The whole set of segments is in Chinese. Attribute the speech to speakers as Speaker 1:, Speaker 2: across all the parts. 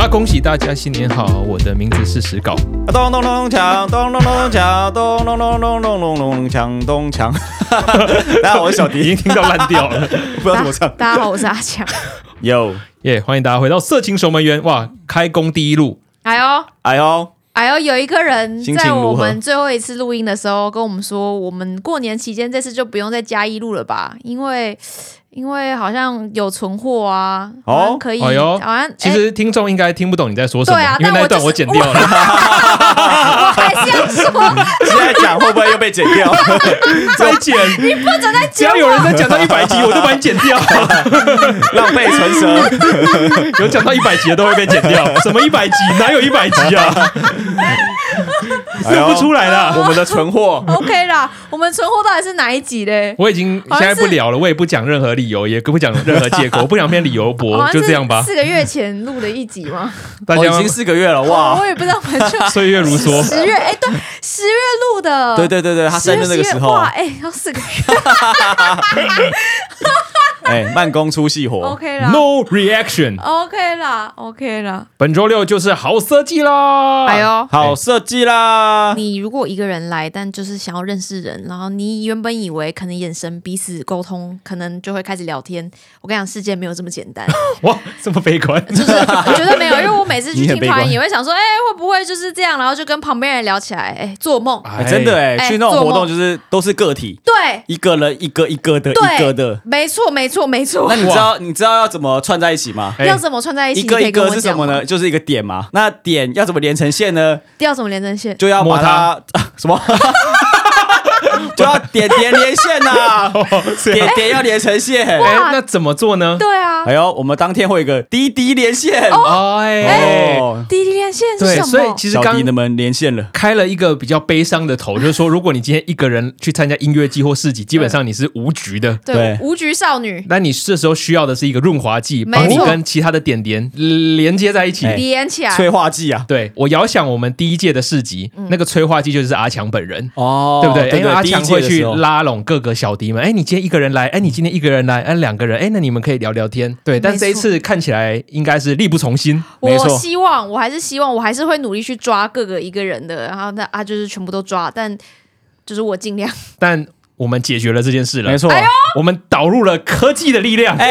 Speaker 1: 啊，恭喜大家新年好！我的名字是史搞，
Speaker 2: 啊咚咚咚锵，咚咚咚锵，咚咚咚咚咚咚咚锵咚锵。 大家好，我是小
Speaker 1: 已经
Speaker 2: 迪，
Speaker 1: 听到烂掉了。
Speaker 2: 不知道怎么唱。
Speaker 3: 大家好，我是阿 强。
Speaker 2: 有，
Speaker 1: 耶、欢迎大家回到色情守门员。哇，开工第一路，
Speaker 3: 哎呦，
Speaker 2: 哎呦，
Speaker 3: 哎呦，有一个人
Speaker 2: 心情
Speaker 3: 在
Speaker 2: 如何
Speaker 3: 我们最后一次录音的时候跟我们说，我们过年期间这次就不用再加一录了吧，因为因为好像有存货啊，
Speaker 2: 哦
Speaker 3: 好像可以，
Speaker 1: 哎呦
Speaker 3: 好像
Speaker 1: 其、实听众应该听不懂你在说什么，
Speaker 3: 对啊
Speaker 1: 因为那
Speaker 3: 但
Speaker 1: 一段
Speaker 3: 我
Speaker 1: 我
Speaker 3: 就是
Speaker 1: 剪掉了。
Speaker 3: 哎我还是要说，
Speaker 2: 现在讲会不会又被剪掉？
Speaker 1: 再剪，你不准再只要有人再讲到一百集，我就把你剪掉。
Speaker 2: 浪费唇舌。
Speaker 1: 有讲到一百集的都会被剪掉。什么一百集？哪有一百集啊？
Speaker 2: 哎呦
Speaker 1: 弄不出来啦。
Speaker 2: 我们的存 货
Speaker 3: OK 啦，我们存货到底是哪一集嘞？
Speaker 1: 我已经现在不聊了，我也不讲任何理由，也不讲任何借口，我不想变理由
Speaker 3: 好
Speaker 1: 博，
Speaker 3: 像
Speaker 1: 就是这样吧。
Speaker 3: 四个月前录的一集吗？
Speaker 1: 大
Speaker 2: 哦
Speaker 1: 家
Speaker 2: 已经四个月了 哇
Speaker 3: 我！也不知道，反 正
Speaker 1: 岁月如梭。
Speaker 3: 十月，哎，对，十月录的，
Speaker 2: 对对对对，他
Speaker 3: 十
Speaker 2: 生
Speaker 3: 月
Speaker 2: 日那
Speaker 3: 十
Speaker 2: 个
Speaker 3: 月
Speaker 2: 时候啊
Speaker 3: 哇，，哎，要啊四个月
Speaker 2: 哎，慢工出细活。
Speaker 3: ，OK 啦
Speaker 1: No reaction。
Speaker 3: OK 啦，OK 啦。
Speaker 1: 本周六就是好设计啦！
Speaker 3: 哎，呦，
Speaker 2: 好设计啦！
Speaker 3: 你如果一个人来，但就是想要认识人，然后你原本以为可能眼神彼此沟通，可能就会开始聊天。我跟你讲，世界没有这么简 单，
Speaker 1: 哇，这么悲观，
Speaker 3: 就是我觉得没有，因为我每次去
Speaker 2: 你很
Speaker 3: 听
Speaker 2: 悲观
Speaker 3: 团也会想说，哎、会不会就是这样？然后就跟旁边人聊起来，哎、做梦，
Speaker 2: 哎真的哎，
Speaker 3: 哎
Speaker 2: 去那种
Speaker 3: 做
Speaker 2: 活
Speaker 3: 梦
Speaker 2: 动就是都是个体，
Speaker 3: 对
Speaker 2: 一个人一个一个的，一个
Speaker 3: 对
Speaker 2: 的，。
Speaker 3: 没错，没错，没错
Speaker 2: 那。你知道你知道要怎么串在一起吗？
Speaker 1: 哎
Speaker 3: 要怎么串在一起？
Speaker 2: 一个
Speaker 3: 你可
Speaker 2: 一
Speaker 3: 以跟
Speaker 2: 个
Speaker 3: 我
Speaker 2: 是
Speaker 3: 讲
Speaker 2: 什么
Speaker 3: 吗
Speaker 2: 呢？？就是一个点嘛。那点要怎么连成线 呢？
Speaker 3: 要怎么连成线？
Speaker 2: 就要
Speaker 1: 摸
Speaker 2: 把它呃什么？ 就要点点连 线呐、点点要连成线。
Speaker 1: 哦啊哎，
Speaker 3: 哇
Speaker 1: 那怎么做呢？
Speaker 3: 对啊，
Speaker 2: 哎呦，我们当天会有一个滴滴连线哦，
Speaker 1: 哎，
Speaker 3: 滴滴连线是
Speaker 1: 对
Speaker 3: 什，么？
Speaker 1: 所以其实
Speaker 2: 小
Speaker 1: 刚
Speaker 2: 迪你们连线了。
Speaker 1: 开了一个比较悲伤的 头，就是说，如果你今天一个人去参加音乐季或市集，基本上你是无局的。
Speaker 3: 对
Speaker 2: 对
Speaker 3: 无局少女
Speaker 1: 那你这时候需要的是一个润滑剂，
Speaker 3: 没
Speaker 1: 帮你
Speaker 3: 错
Speaker 1: 跟其他的点点连接在一起。
Speaker 2: 哎
Speaker 3: 连起来，
Speaker 2: 催化剂啊，
Speaker 1: 对我遥想我们第一届的市集，
Speaker 3: 嗯
Speaker 1: 那个催化剂就是阿强本人。
Speaker 2: 哦
Speaker 1: 对不对？
Speaker 2: 对
Speaker 1: 因为阿
Speaker 2: 第一
Speaker 1: 强
Speaker 2: 届
Speaker 1: 会
Speaker 2: 的
Speaker 1: 去
Speaker 2: 时候，嗯
Speaker 1: 拉拢各个小弟们。哎，你今天一个人来，哎，你今天一个人来，哎，两个人，哎，那你们可以聊聊天。对，但
Speaker 3: 没
Speaker 1: 这一
Speaker 3: 错
Speaker 1: 次看起来应该是力不从心。
Speaker 2: 没
Speaker 3: 我
Speaker 2: 错
Speaker 3: 希望，我还是希望，我还是会努力去抓各个一个人的，然后那啊就是全部都抓，但就是我尽量。
Speaker 2: 啊
Speaker 1: 但我们解决了这件事了，
Speaker 2: 没
Speaker 3: 哎
Speaker 2: 错。
Speaker 1: 我们导入了科技的力量。
Speaker 2: 哎，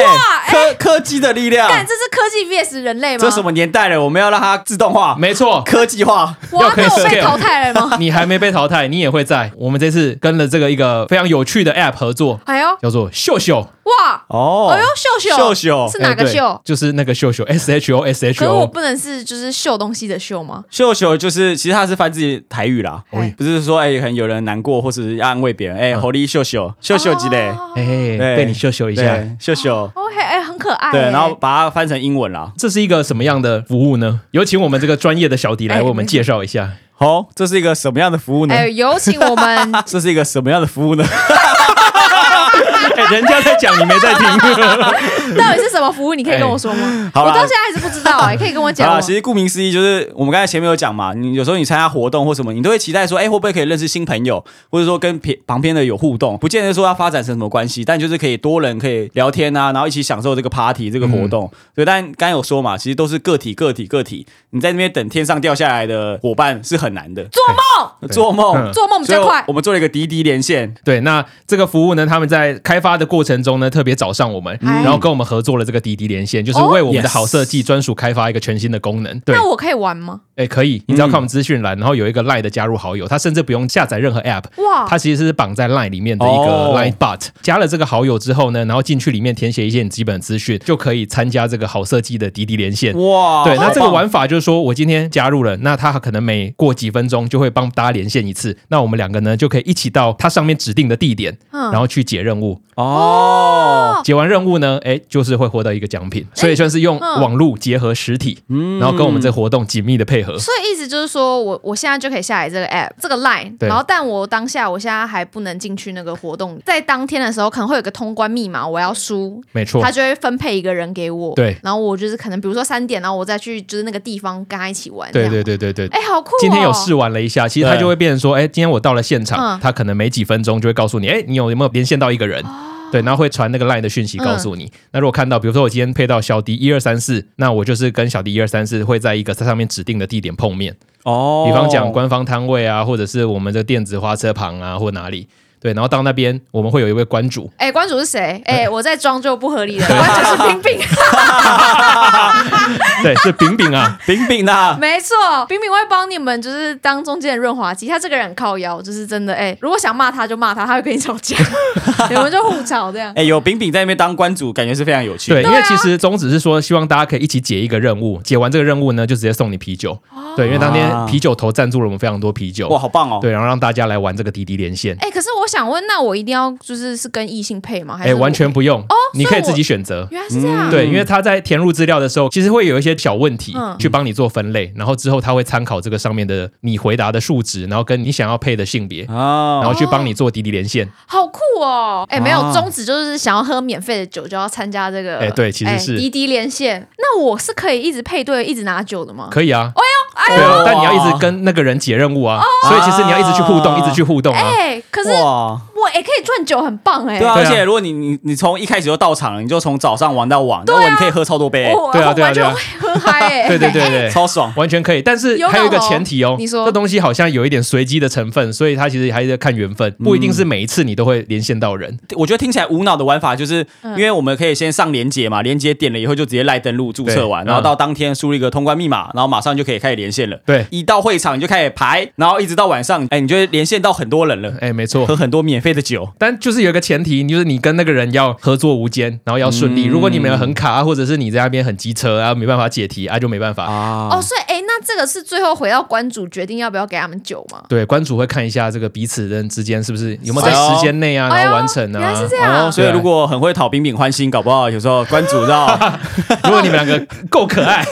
Speaker 2: 科科技的力量，
Speaker 3: 但这是科技 vs 人类吗？
Speaker 2: 这什？么年代了？我们要让它自动化，
Speaker 1: 没错，
Speaker 2: 科技化。
Speaker 1: 要
Speaker 3: 哇，
Speaker 1: 可以
Speaker 3: 那我
Speaker 1: scale
Speaker 3: 被淘汰 了吗？
Speaker 1: 你还没被淘汰，你也会在。我们这次跟了这个一个非常有趣的 App 合作，
Speaker 3: 哎呦，
Speaker 1: 叫做秀秀。
Speaker 3: 哇，
Speaker 2: 哦
Speaker 3: 哎呦，秀秀，
Speaker 2: 秀秀
Speaker 3: 是哪
Speaker 1: 哎
Speaker 3: 个
Speaker 1: 对
Speaker 3: 秀？
Speaker 1: 就是那个秀秀，S H O S H
Speaker 3: 可是我
Speaker 1: O。
Speaker 3: 不能是就是秀东西的秀吗？
Speaker 2: 秀秀就是，其实他是翻自己台语啦，
Speaker 3: 哎
Speaker 2: 不是说哎、很有人难过或者是要安慰别人，哎、
Speaker 1: 哦
Speaker 2: 狐狸秀秀秀秀之类，
Speaker 3: 哦
Speaker 1: 哎，
Speaker 2: 对
Speaker 1: 被你秀秀一下。
Speaker 2: 对，秀秀，
Speaker 3: ，OK，哎，很可爱。
Speaker 2: 对，
Speaker 3: 哎
Speaker 2: 然后把它翻成英文啦。
Speaker 1: 这是一个什么样的服务呢？有请我们这个专业的小迪来
Speaker 3: 哎
Speaker 1: 为我们介绍一下。
Speaker 2: 好、这是一个什么样的服务呢？
Speaker 3: 哎，有请我 们
Speaker 2: 这是一个什么样的服务呢？
Speaker 1: 哎，人家在讲，你没在听。
Speaker 3: 到底是什么服务？你可以跟我说吗？
Speaker 2: 哎好
Speaker 3: 我
Speaker 2: 啦
Speaker 3: 到现在还是不知道， 哎，可以跟我讲
Speaker 2: 好
Speaker 3: 吗
Speaker 2: 啦，？其实顾名思义就是我们刚才前面有讲嘛，你有时候你参加活动或什么，你都会期待说，哎、会不会可以认识新朋友，或者说跟旁旁边的有互动，不见得说要发展成什么关系，但就是可以多人可以聊天啊，然后一起享受这个 party 这个活
Speaker 1: 嗯
Speaker 2: 动。对，但刚才有说嘛，其实都是个体个体个体，你在那边等天上掉下来的伙伴是很难的，
Speaker 3: 做梦，
Speaker 2: 做梦
Speaker 1: 嗯
Speaker 3: 做梦比较
Speaker 2: 所以
Speaker 3: 快
Speaker 2: 我们做了一个滴滴连线，
Speaker 1: 对，那这个服务呢，他们在开发的过程中呢，特别找上我们，
Speaker 3: 嗨
Speaker 1: 然后跟我们合作了这个滴滴连线，就是
Speaker 3: 嗯哦
Speaker 1: 为我们的
Speaker 2: Yes
Speaker 1: 好设计专属开发一个全新的功能。对
Speaker 3: 那，我可以玩吗？
Speaker 1: 哎，可以，你只要看我们资讯栏，然后有一个 Line 的加入好友，他甚至不用下载
Speaker 3: 哦
Speaker 1: 任何 App。
Speaker 3: 哇，
Speaker 1: 它其实是绑在 Line 里面的一个
Speaker 2: 哦
Speaker 1: Line Bot，、加了这个好友之后呢，然后进去里面填写一些你基本的资讯，就可以参加这个好设计的滴滴连线。
Speaker 3: 哦
Speaker 2: 哇，
Speaker 1: 对，那
Speaker 2: 好
Speaker 1: 这个
Speaker 2: 棒
Speaker 1: 玩法就是说我今天加入了，那他可能每过几分钟就会帮大家连线一次，那我们两个呢就可以一起到它上面指定的地点，
Speaker 3: 嗯
Speaker 1: 然后去解任务。
Speaker 2: 哦，
Speaker 1: 解完任务呢，哎，就是会获得一个奖品，所以算是用
Speaker 3: 嗯
Speaker 1: 网络结合实体，然后跟我们这活动紧密的配合。
Speaker 3: 所以意思就是说我我现在就可以下载这个 app 这个 line，
Speaker 1: 对
Speaker 3: 然后但我当下我现在还不能进去那个活动，在当天的时候可能会有个通关密码，我要输，
Speaker 1: 没错
Speaker 3: 他，就会分配一个人给我，
Speaker 1: 对
Speaker 3: 然后我就是可能比如说三点，然后我再去就是那个地方跟他一起玩，
Speaker 1: 对
Speaker 3: 这
Speaker 1: 对
Speaker 3: 样，
Speaker 1: 对对对。
Speaker 3: 哎、好酷、哦，
Speaker 1: 今天有试玩了一下，其实它
Speaker 2: 对
Speaker 1: 就会变成说，哎，今天我到了现场，
Speaker 3: 嗯
Speaker 1: 它可能没几分钟就会告诉你，哎，你有没有连线到一个人？对，然后会传那个 LINE 的讯息告诉你。那如果看到，比如说我今天配到小迪一二三四，那我就是跟小迪一二三四会在一个在上面指定的地点碰面，
Speaker 2: 哦
Speaker 1: 比方讲官方摊位啊，或者是我们这个电子花车旁啊，或哪里。对，然后到那边我们会有一位关主，
Speaker 3: 哎、关主是谁？哎、
Speaker 1: 呃
Speaker 3: 我在装就不合理了，关主是冰冰，
Speaker 1: 对，是饼饼 啊，
Speaker 2: 饼饼呐，
Speaker 3: 没错，冰冰会帮你们就是当中间的润滑剂。他这个人很靠腰，就是真的哎、如果想骂他就骂他，他会跟你吵架， 你们就互吵这样。
Speaker 2: 哎，有饼饼在那边当关主，感觉是非常有趣。
Speaker 1: 对，因为其实宗旨是说，希望大家可以一起解一个任务，解完这个任务呢，就直接送你啤酒。对，因为当天
Speaker 2: 啊
Speaker 1: 啤酒头赞助了我们非常多啤酒
Speaker 2: 哇，，好棒哦！
Speaker 1: 对，然后让大家来玩这个滴滴连线。
Speaker 3: 哎、可是我想问，那我一定要就是是跟异性配吗？还
Speaker 1: 哎、
Speaker 3: 是我
Speaker 1: 完全不用，你可以
Speaker 3: 哦所以我嗯
Speaker 1: 自己选择。
Speaker 3: 原来是这样。
Speaker 1: 对，因为他在填入资料的时候，其实会有一些小问题
Speaker 3: 嗯
Speaker 1: 去帮你做分类，然后之后他会参考这个上面的你回答的数值，然后跟你想要配的性
Speaker 3: 嗯
Speaker 1: 别，然
Speaker 2: 哦，
Speaker 1: 后去帮你做滴滴连线。
Speaker 3: 好酷哦！哎、没有，
Speaker 2: 啊
Speaker 3: 宗旨就是想要喝免费的酒，就要参加这个。
Speaker 1: 哎对其实是
Speaker 3: 哎滴滴连线。那我是可以一直配对，一直拿酒的吗？
Speaker 1: 可以啊，
Speaker 2: 哎
Speaker 1: 对
Speaker 3: 哦
Speaker 1: 啊
Speaker 2: 呦，
Speaker 1: 但你要一直跟那个人解任务啊，所以其实你要一直去互动，
Speaker 2: 啊
Speaker 1: 一直去互动啊。
Speaker 3: 哎、可是
Speaker 2: 哇，
Speaker 3: 我也、可以赚酒，很棒哎、
Speaker 2: 对啊，
Speaker 1: 对
Speaker 2: 而
Speaker 1: 啊
Speaker 2: 且如果你你你从一开始就到场了，你就从早上玩到晚，那我你可以喝超多杯，哎
Speaker 3: 啊我
Speaker 1: 对啊
Speaker 3: 我
Speaker 1: 对啊
Speaker 3: 完
Speaker 1: 对啊
Speaker 3: 全会喝嗨哎、
Speaker 1: 对对对对，
Speaker 2: 超爽。
Speaker 1: 完全可以，但是
Speaker 3: 有
Speaker 1: 还有一个
Speaker 3: 脑哦
Speaker 1: 前提哦，
Speaker 3: 你说
Speaker 1: 这东西好像有一点随机的成分，所以它其实还是要看缘分，不一定
Speaker 3: 嗯
Speaker 1: 是每一次你都会连线到人。
Speaker 2: 我觉得听起来无脑的玩法，就是
Speaker 3: 嗯
Speaker 2: 因为我们可以先上连接嘛，连接点了以后就直接赖登录注册完，
Speaker 1: 对
Speaker 2: 然后
Speaker 1: 嗯
Speaker 2: 到当天输入一个通关密码，然后马上就可以开始连线了。
Speaker 1: 对
Speaker 2: 一到会场你就开始排，然后一直到晚上，哎，你就会连线到很多人了，
Speaker 1: 哎，没错
Speaker 2: 喝。很多免费的酒。
Speaker 1: 但就是有一个前提，就是你跟那个人要合作无间，然后要顺利。
Speaker 3: 嗯
Speaker 1: 如果你们很卡，或者是你在那边很机车啊，没办法解题啊，就没办法。
Speaker 2: 啊
Speaker 3: 哦，所以哎、那这个是最后回到关主决定要不要给他们酒吗？
Speaker 1: 对，关主会看一下这个彼此人之间是不是有没有在
Speaker 2: 哎呦
Speaker 1: 时间内啊，
Speaker 3: 哎
Speaker 1: 然
Speaker 3: 呦
Speaker 1: 后完成
Speaker 3: 原来是
Speaker 1: 啊
Speaker 3: 这。样
Speaker 2: 哦，所以如果很会讨饼饼欢心，搞不好有时候关 主到，
Speaker 1: 如果你们两个够可爱，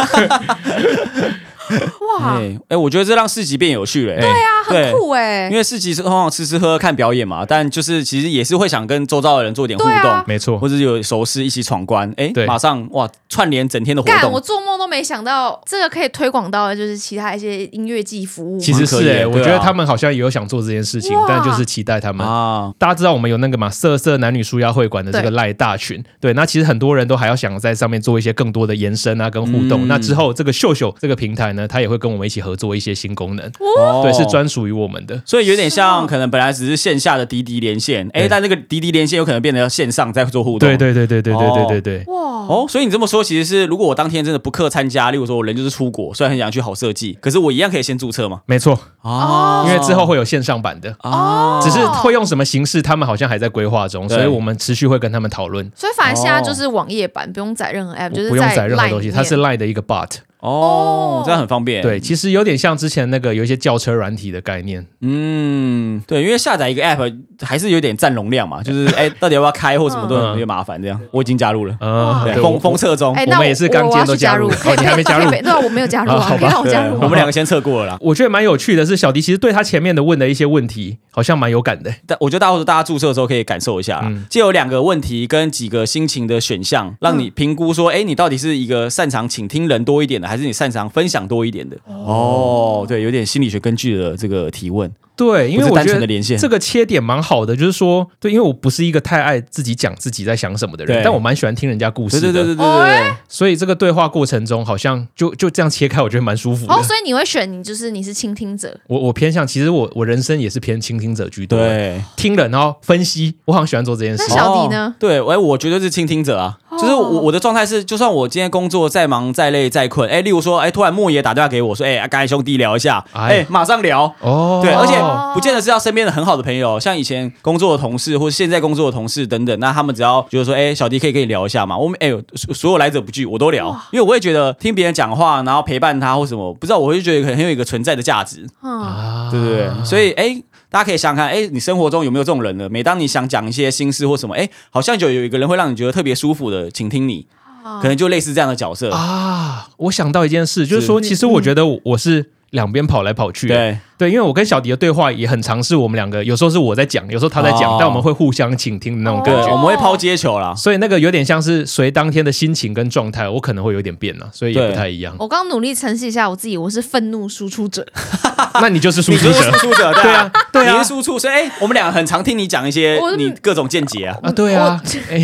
Speaker 3: 哇，
Speaker 2: 哎哎，我觉得这让市集变有趣了。对
Speaker 3: 对啊，很
Speaker 2: 对
Speaker 3: 酷哎、
Speaker 2: 因为市集是通常吃吃喝喝看表演嘛，但就是其实也是会想跟周遭的人做点互
Speaker 3: 对啊
Speaker 2: 动，
Speaker 1: 没错。
Speaker 2: 或者有熟识一起闯关，哎、
Speaker 1: 对
Speaker 2: 马上哇串联整天的活
Speaker 3: 干，
Speaker 2: 动
Speaker 3: 我，做梦都没想到这个可以推广到就是其他一些音乐季服务嘛。
Speaker 1: 其实是
Speaker 2: 蛮可以
Speaker 1: 哎、
Speaker 2: 的
Speaker 1: 我
Speaker 2: 对啊
Speaker 1: 觉得他们好像也有想做这件事情
Speaker 3: 哇，
Speaker 1: 但就是期待他们
Speaker 2: 啊，
Speaker 1: 大家知道我们有那个嘛色色男女舒压会馆的这个
Speaker 3: 对
Speaker 1: 赖大群，对，那其实很多人都还要想在上面做一些更多的延伸啊，跟互动。
Speaker 2: 嗯
Speaker 1: 那之后这个秀秀这个平台呢，它也会跟我们一起合作一些新功能，
Speaker 2: 哦
Speaker 1: 对，是。专属于我们的。
Speaker 2: 所以有点
Speaker 3: 是哦
Speaker 2: 像，可能本来只是线下的滴滴连线，哎、
Speaker 1: 对
Speaker 2: 但这个滴滴连线有可能变成线上在做互动。
Speaker 1: 对对对对对对
Speaker 2: 哦
Speaker 1: 对对对，
Speaker 3: 哇，
Speaker 2: 哦，所以你这么说，其实是如果我当天真的不克参加，例如说我人就是出国，虽然很想去好设计，可是我一样可以先注册嘛。
Speaker 1: 没错，
Speaker 3: 哦
Speaker 2: 啊
Speaker 1: 因为之后会有线上版的，
Speaker 2: 啊，
Speaker 1: 只是会用什么形式，他们好像还在规划中，
Speaker 2: 对
Speaker 1: 所以我们持续会跟他们讨论。
Speaker 3: 所以反而现在就是网页版，不用载任何 app，就是
Speaker 1: 不用载任何
Speaker 3: Line
Speaker 1: 东西，
Speaker 3: 里
Speaker 1: 它
Speaker 3: 面
Speaker 1: 是赖的一个 bot，
Speaker 2: 哦，这样很方便。
Speaker 1: 对，，其实有点像之前那个有一些轿车软体的概念，
Speaker 2: 嗯，对，因为下载一个 app 还是有点占容量嘛，就是 哎、到底要不要开或什么都
Speaker 1: 嗯
Speaker 2: 有点麻烦。这样，我已经加入了，
Speaker 1: 呃，
Speaker 2: 啊对，
Speaker 1: 对
Speaker 2: 封封测中。
Speaker 3: 哎、
Speaker 1: 我
Speaker 3: 那
Speaker 1: 们也是刚
Speaker 3: 我
Speaker 1: 今天
Speaker 3: 我要
Speaker 1: 都
Speaker 3: 去
Speaker 1: 加
Speaker 3: 加
Speaker 1: 入
Speaker 3: 可以
Speaker 1: 哦你还没加入
Speaker 3: 可以对啊，我没有加入
Speaker 1: 啊
Speaker 3: 啊，
Speaker 1: 好吧
Speaker 3: 可以让我
Speaker 2: 对
Speaker 3: 加入
Speaker 2: 我
Speaker 3: 啊。
Speaker 2: 们两个先测过了啦。
Speaker 1: 我觉得蛮有趣的是，小迪其实对他前面的问的一些问题，好像蛮有感的。
Speaker 2: 但我觉得到时候大家注册的时候可以感受一下
Speaker 1: 嗯
Speaker 2: 啦，借、有两个问题跟几个心情的选项，让
Speaker 3: 嗯
Speaker 2: 你评估说，哎、你到底是一个擅长倾听人多一点的，还是你擅长分享多一点的？哦，对，有点心理学根据的这个提问，
Speaker 1: 对，因为
Speaker 2: 不是
Speaker 1: 我
Speaker 2: 单
Speaker 1: 觉
Speaker 2: 纯的
Speaker 1: 得
Speaker 2: 连线。
Speaker 1: 这个切点蛮好的，就是说，对，因为我不是一个太爱自己讲自己在想什么的人，
Speaker 2: 对
Speaker 1: 但我蛮喜欢听人家故事
Speaker 2: 对
Speaker 1: 的。
Speaker 2: 对对对对
Speaker 3: 哦
Speaker 2: 对对，
Speaker 3: 哎
Speaker 1: 所以这个对话过程中，好像就就这样切开，我觉得蛮舒服的。
Speaker 3: 哦，所以你会选你就是你是倾听者，
Speaker 1: 我我偏向，其实我我人生也是偏倾听者居多，，
Speaker 2: 对，
Speaker 1: 听了然后分析，我好像喜欢做这件事
Speaker 3: 那。小迪呢
Speaker 2: 哦对，哎，我绝对是倾听者啊，就是我我的状态是，就算我今天工作再忙再累再困，哎，例如说，哎，突然莫爷打电话给我说，哎，刚才兄弟聊一下，
Speaker 1: 哎
Speaker 2: 哎，马上聊，
Speaker 1: 哦，
Speaker 2: 对，而且不见得是要身边的很好的朋友，像以前工作的同事或者现在工作的同事等等，那他们只要就是说，哎、小迪可以跟你聊一下嘛。我们哎、呦，所所有来者不拒，我都聊，因为我也觉得听别人讲话，然后陪伴他或什么，不知道我会觉得可能很有一个存在的价值，
Speaker 3: 嗯，
Speaker 1: 啊，
Speaker 2: 对不对？所以哎。大家可以想想看，哎、你生活中有没有这种人呢？每当你想讲一些心事或什么，哎、好像就有一个人会让你觉得特别舒服的，请听你，
Speaker 3: 啊
Speaker 2: 可能就类似这样的角
Speaker 1: 啊
Speaker 2: 色。
Speaker 1: 啊，我想到一件事，就是说，
Speaker 2: 是
Speaker 1: 其实我觉得我我是两边跑来跑去，
Speaker 2: 对，
Speaker 1: 对，因为我跟小迪的对话也很尝试，我们两个有时候是我在讲，有时候他在讲，
Speaker 2: 哦
Speaker 1: 但我们会互相倾听的那种
Speaker 2: 对
Speaker 1: 感
Speaker 3: 哦，
Speaker 1: 觉。
Speaker 2: 我们会抛接球啦。
Speaker 1: 所以那个有点像是随当天的心情跟状态，我可能会有点变了，所以也不太一样。
Speaker 3: 我刚努力呈现一下我自己，我是愤怒输出者，
Speaker 1: 那你就是输
Speaker 2: 你
Speaker 1: 出
Speaker 2: 就是
Speaker 1: 者
Speaker 2: 输出者，对啊，
Speaker 1: 对啊
Speaker 2: 你是输出，所以哎，我们俩很常听你讲一些
Speaker 3: 我是
Speaker 2: 你各种见解啊，
Speaker 1: 啊，对啊，哎，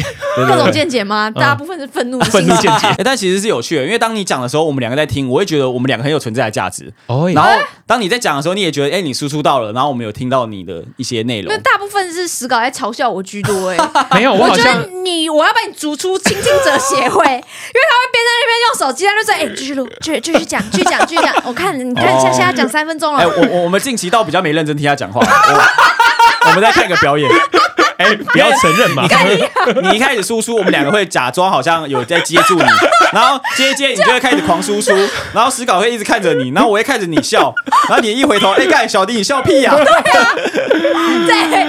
Speaker 2: 对
Speaker 3: 各
Speaker 2: 对
Speaker 3: 种
Speaker 2: 对。
Speaker 3: 见解吗？大部分是愤怒的心
Speaker 1: 愤
Speaker 3: 情，
Speaker 1: 怒 见解，
Speaker 2: 哎 但其实是有趣的，因为当你讲的时候，我们两个在听，我会觉得我们两个很有存在的价值。
Speaker 1: 哦，
Speaker 2: 然后
Speaker 3: 哎
Speaker 2: 当你在讲的时候，你也觉得，哎，你输出到了，然后我们有听到你的一些内容
Speaker 3: 那。大部分是史稿在嘲笑我居多哎、
Speaker 1: 没有，我好
Speaker 3: 觉
Speaker 1: 像
Speaker 3: 得你，我要把你逐出倾听者协会，因为他 会边在那边用手机，他就说：“哎、继续录，继续继续讲，继续讲，继续 讲。”我看，你看，
Speaker 2: 哦
Speaker 3: 现现在讲三分钟了，
Speaker 1: 哦
Speaker 2: 哎，我我我们近期倒比较没认真听他讲话，我我们在看个表演。
Speaker 1: 哎，不要承认嘛
Speaker 2: 你，看你，你一开始输出，我们两个会假装好像有在接住你，然后接一接，你就会开始狂输出，然后史稿会一直看着你，然后我会看着你笑，然后你一回头，哎、干小弟你笑屁 呀、
Speaker 3: 对，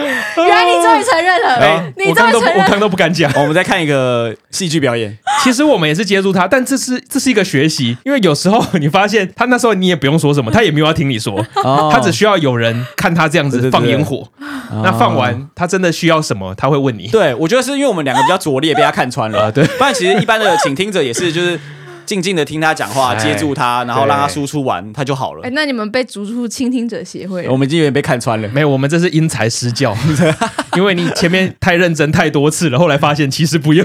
Speaker 3: 原来你终于承认了，
Speaker 2: 哎
Speaker 3: 你终
Speaker 1: 我刚
Speaker 3: 于
Speaker 1: 都不
Speaker 3: 承
Speaker 1: 我
Speaker 3: 认了。
Speaker 1: 刚都不敢讲。
Speaker 2: 我们在看一个戏剧表演，
Speaker 1: 其实我们也是接触他，但这是这是一个学习，因为有时候你发现他那时候你也不用说什么，他也没有要听你说，
Speaker 2: 哦
Speaker 1: 他只需要有人看他这样
Speaker 2: 对对
Speaker 1: 子
Speaker 2: 对
Speaker 1: 放烟火，那放完他真的需要什么，他会问你。
Speaker 2: 对我觉得是因为我们两个比较拙劣，被他看穿了。啊对，不然其实一般的倾听者也是就是静静的听他讲话，
Speaker 1: 哎
Speaker 2: 接住他，然后
Speaker 1: 对
Speaker 2: 让他输出完，他就好了
Speaker 3: 哎、。那你们被逐出倾听者协会
Speaker 2: 我们已经有点被看穿了。
Speaker 1: 没有，我们这是因材施教， 因为你前面太认真太多次了，后来发现其实不 用。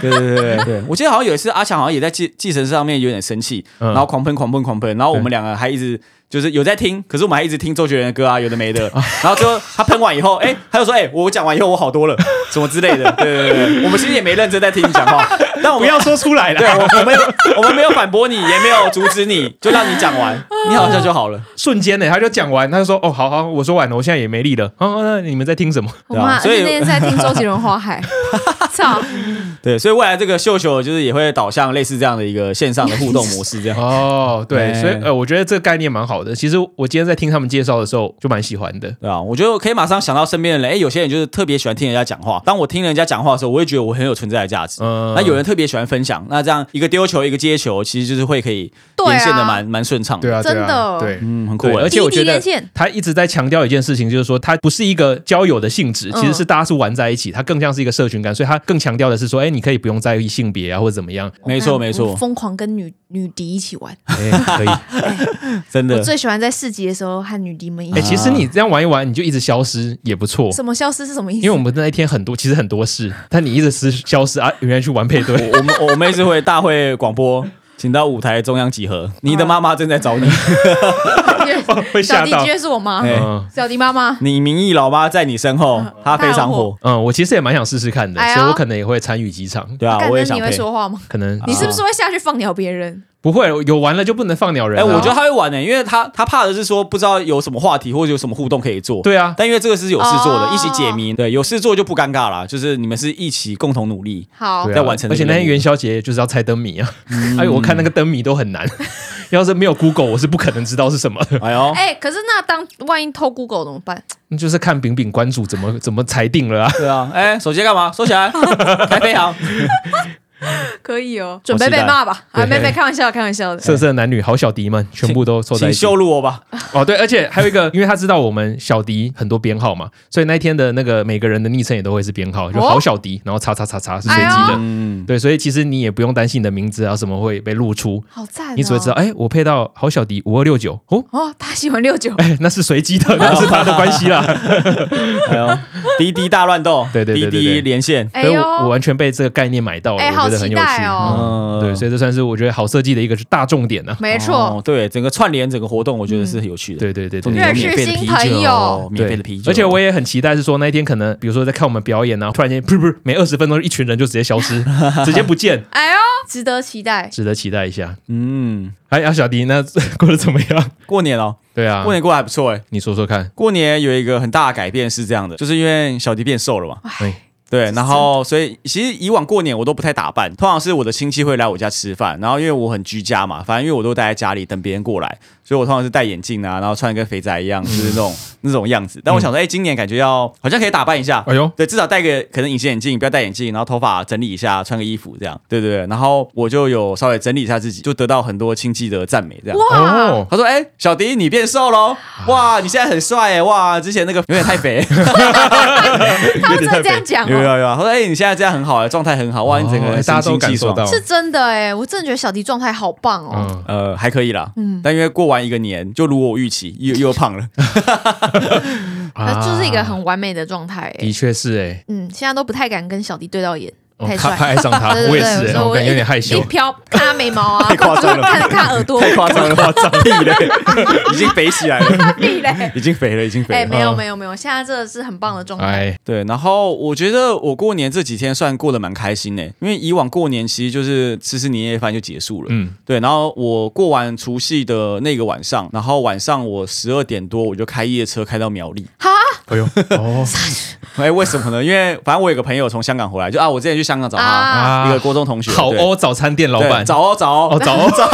Speaker 2: 对对对对对，我记得好像有一次阿强好像也在计计程车上面有点生气，
Speaker 1: 嗯
Speaker 2: 然后狂喷狂喷狂喷，然后我们两个还一直就是有在听，可是我们还一直听周杰伦的歌啊，有 的没的。然后最后他喷完以后，哎、他就说，哎、我讲完以后我好多了，什么之类的。对对对对，我们其实也没认真在听你讲 话，但我
Speaker 1: 不
Speaker 2: 们
Speaker 1: 要说出来
Speaker 2: 对
Speaker 1: 了，
Speaker 2: 我我们我们没有反驳你，也没有阻止你，就让你 讲完，你好笑就好了。
Speaker 1: 瞬间呢，他就讲完，他就说：“哦，好好，我说完了，我现在也没力了。啊，那你们在听什么？
Speaker 3: 我妈，
Speaker 2: 对啊所以
Speaker 3: 而且那天 是在听周杰伦《花海》，操，
Speaker 2: 对，所以未来这个秀秀就是也会导向类似这样的一个线上的互动模式，这样。
Speaker 1: 哦，对，
Speaker 2: 哎
Speaker 1: 所以呃，我觉得这个概念蛮好的。其实我今天在听他们介绍的时候，就蛮喜欢的。
Speaker 2: 对啊，我觉得可以马上想到身边的人，哎，有些人就是特别喜欢听人家讲话。当我听人家讲话的时候，我会觉得我很有存在的价值。
Speaker 1: 嗯
Speaker 2: 那有人特别喜欢分享，那这样一个丢球一个接球，其实就是会可以
Speaker 3: 对
Speaker 2: 连线的
Speaker 3: 啊，
Speaker 2: 蛮蛮顺畅的。
Speaker 1: 对啊，对啊
Speaker 3: 真的哦
Speaker 1: 对，
Speaker 2: 嗯，很酷
Speaker 1: 对，
Speaker 2: 哎
Speaker 1: 而。且我觉
Speaker 3: 第一
Speaker 1: 得
Speaker 3: 连线
Speaker 1: 他一直在强调一件事情，就是说他不是一个交友的性质，
Speaker 3: 嗯
Speaker 1: 其实是大家是玩在一起，他更像是一个社群感，所以他更强调的是说，哎，你可以不用在意性别啊，或者怎么样，
Speaker 2: 没错
Speaker 3: 我
Speaker 2: 没错
Speaker 3: 嗯我疯狂跟女女敌一起玩。
Speaker 1: 哎，可以。
Speaker 2: 真
Speaker 3: 我
Speaker 2: 的。
Speaker 3: 最喜欢在市集的时候和女敌们一
Speaker 1: 哎，
Speaker 3: 起。
Speaker 1: 其实你这样玩一玩，你就一直消失也不错，
Speaker 3: 什么消失是什么意思？
Speaker 1: 因为我们那一天很多，其实很多事，但你一直失消失啊，原来去玩配对。
Speaker 2: 我我们我们一直会大会广播，请到舞台中央集合。
Speaker 3: 嗯
Speaker 2: 你的妈妈正在找你，
Speaker 1: 会吓
Speaker 3: 小
Speaker 1: 到
Speaker 3: 迪居然是我妈，
Speaker 2: 哎
Speaker 1: 嗯
Speaker 3: 小迪妈妈。
Speaker 2: 你名义老妈在你身后，她非常火。
Speaker 1: 嗯，我其实也蛮想试试看的，
Speaker 3: 哎呦
Speaker 1: 所以我可能也会参与几场，
Speaker 2: 对啊，
Speaker 3: 干
Speaker 2: 我也
Speaker 3: 那
Speaker 2: 想
Speaker 3: 你会
Speaker 2: 配。
Speaker 3: 说话吗？
Speaker 1: 可能
Speaker 3: 你是不是会下去放鸟别人？
Speaker 1: 不会有玩了就不能放鸟人
Speaker 2: 哎，
Speaker 1: 啊。
Speaker 2: 我觉得她会玩呢，因为她她怕的是说不知道有什么话题或者有什么互动可以做。
Speaker 1: 对啊，
Speaker 2: 但因为这个是有事做的，
Speaker 3: 哦
Speaker 2: 一起解谜，对，有事做就不尴尬啦，就是你们是一起共同努力。
Speaker 3: 好
Speaker 1: 对，啊
Speaker 2: 在完成
Speaker 1: 而且那
Speaker 2: 这
Speaker 1: 天
Speaker 2: 个任务嗯
Speaker 1: 元宵节就是要猜灯谜啊，哎，我看那个灯谜都很 难，要是没有 Google，我是不可能知道是什么的。
Speaker 2: 哎呦，
Speaker 3: 哎，可是那当万一偷 Google 怎么办？
Speaker 1: 那就是看饼饼关主怎么怎么裁定了啊。
Speaker 2: 对啊，哎，手机在干嘛？收 起来，开飞航。
Speaker 3: 可以哦，准备被骂吧？
Speaker 1: 对
Speaker 3: 啊，没没，开玩笑，开玩笑的。
Speaker 1: 色色男女好小迪们全部都凑在
Speaker 2: 请
Speaker 1: 一起
Speaker 2: 羞辱我吧。
Speaker 1: 哦，对，而且还有一个，因为他知道我们小迪很多编号嘛，所以那一天的那个每个人的昵称也都会是编号，就
Speaker 3: 哦
Speaker 1: 好小迪，然后叉叉叉叉是随机
Speaker 3: 哎
Speaker 1: 的，
Speaker 2: 嗯，
Speaker 1: 对，所以其实你也不用担心你的名字啊什么会被露出，
Speaker 3: 好赞哦！
Speaker 1: 你只会知道，哎，我配到好小迪五二六九，哦，
Speaker 3: 哦，他喜欢六九，
Speaker 1: 哎，那是随 机的，那是他的关系啦。
Speaker 2: 哎呦，滴滴大乱斗，
Speaker 1: 对对对对对
Speaker 2: 滴滴连线，
Speaker 3: 哎
Speaker 1: 所以
Speaker 3: 呦，
Speaker 1: 我我完全被这个概念买到了，
Speaker 3: 哎
Speaker 1: 我觉得
Speaker 3: 好
Speaker 1: 很
Speaker 3: 期
Speaker 1: 有趣
Speaker 3: 待。哦
Speaker 1: 嗯对，所以这算是我觉得好设计的一个大重点呢。
Speaker 3: 没
Speaker 2: 哦
Speaker 3: 错，，
Speaker 2: 对，整个串联整个活动，我觉得是很有趣的。
Speaker 1: 对对对
Speaker 2: 重
Speaker 1: 对，
Speaker 2: 点有免费的啤酒，
Speaker 1: 嗯对
Speaker 2: 免费的啤酒，
Speaker 1: 而且我也很期待，是说那一天可能，比如说在看我们表演啊，突然间噗噗，每二十分钟一群人就直接消 失，直接不见，
Speaker 3: 哎呦，值得期待。
Speaker 1: 值得期待一下。
Speaker 2: 嗯，
Speaker 1: 哎呀，小迪，那 过得怎么样？
Speaker 2: 过年哦，
Speaker 1: 对啊
Speaker 2: 过，年过得还不错哎。
Speaker 1: 你说说看。
Speaker 2: 过年有一个很大的改变是这样的，就是因为小迪变瘦了嘛，
Speaker 1: 哎，
Speaker 2: 对，然后所以其实以往过年我都不太打扮，通常是我的亲戚会来我家吃饭，然后因为我很居家嘛，反正因为我都待在家里等别人过来，所以我通常是戴眼镜啊，然后穿的跟肥宅一样，就是那种那种样子。但我想说，哎、今年感觉要好像可以打扮一下，
Speaker 1: 哎呦，
Speaker 2: 对，至少戴个可能隐形眼镜，不要戴眼镜，然后头发整理一下，穿个衣服这样，对对对。然后我就有稍微整理一下自己，就得到很多亲戚的赞美，这样。
Speaker 3: 哇，
Speaker 1: 哦，
Speaker 2: 他说：“哎、小迪，你变瘦喽！哇，你现在很帅哎！哇，之前那个有点太 肥。
Speaker 3: 他们真的这样讲
Speaker 2: 有
Speaker 3: 哦，
Speaker 2: 有有啊，他说哎、你现在这样很好哎、状态很好，哇，你整个
Speaker 1: 哦哎
Speaker 2: 人
Speaker 1: 大家都
Speaker 2: 神清
Speaker 1: 感
Speaker 2: 气
Speaker 1: 受
Speaker 2: 爽
Speaker 1: 到，
Speaker 3: 是真的哎，我真的觉得小迪状态好棒哦。
Speaker 1: 嗯，
Speaker 2: 呃，还可以啦，
Speaker 3: 嗯
Speaker 2: 嗯，但因为过完一个年，就如我预期，又又胖了，
Speaker 3: 他就是一个
Speaker 1: 啊
Speaker 3: 很完美的状态欸，
Speaker 1: 的确是哎，
Speaker 3: 嗯，现在都不太敢跟小迪对到眼，
Speaker 1: 哦
Speaker 3: 太
Speaker 1: 怕
Speaker 3: 帅
Speaker 1: 怕。爱上他，
Speaker 3: 对对对
Speaker 1: 我也是
Speaker 3: 有
Speaker 1: 欸，
Speaker 3: 时候
Speaker 1: 我感觉有点害
Speaker 3: 一
Speaker 1: 羞，
Speaker 3: 飘看他眉毛 啊，
Speaker 2: 太夸张了
Speaker 3: 看看他耳朵，
Speaker 2: 哦太夸张了，夸张屁嘞， 已经肥起来了，
Speaker 3: 屁嘞！
Speaker 2: 已经肥了，已经肥了。
Speaker 3: 哎，没有
Speaker 1: 嗯
Speaker 3: 没有没有，现在这个是很棒的状态。
Speaker 1: 哎，
Speaker 2: 对，然后我觉得我过年这几天算过得蛮开心的，因为以往过年其实就是吃吃年夜饭就结束了。
Speaker 1: 嗯，
Speaker 2: 对，然后我过完除夕的那个晚上，然后晚上我十二点多我就开夜车开到苗栗，
Speaker 3: 哈，
Speaker 1: 哎呦， 哦
Speaker 2: 哎、为什么呢？因为反正我有个朋友从香港回来，就啊，我之前去香港找他，
Speaker 3: 啊
Speaker 2: 一个国中同学，
Speaker 1: 好
Speaker 2: 对
Speaker 1: 哦，早餐店老板
Speaker 2: 对，早哦早
Speaker 1: 哦
Speaker 2: 哦
Speaker 1: 早哦，
Speaker 2: 早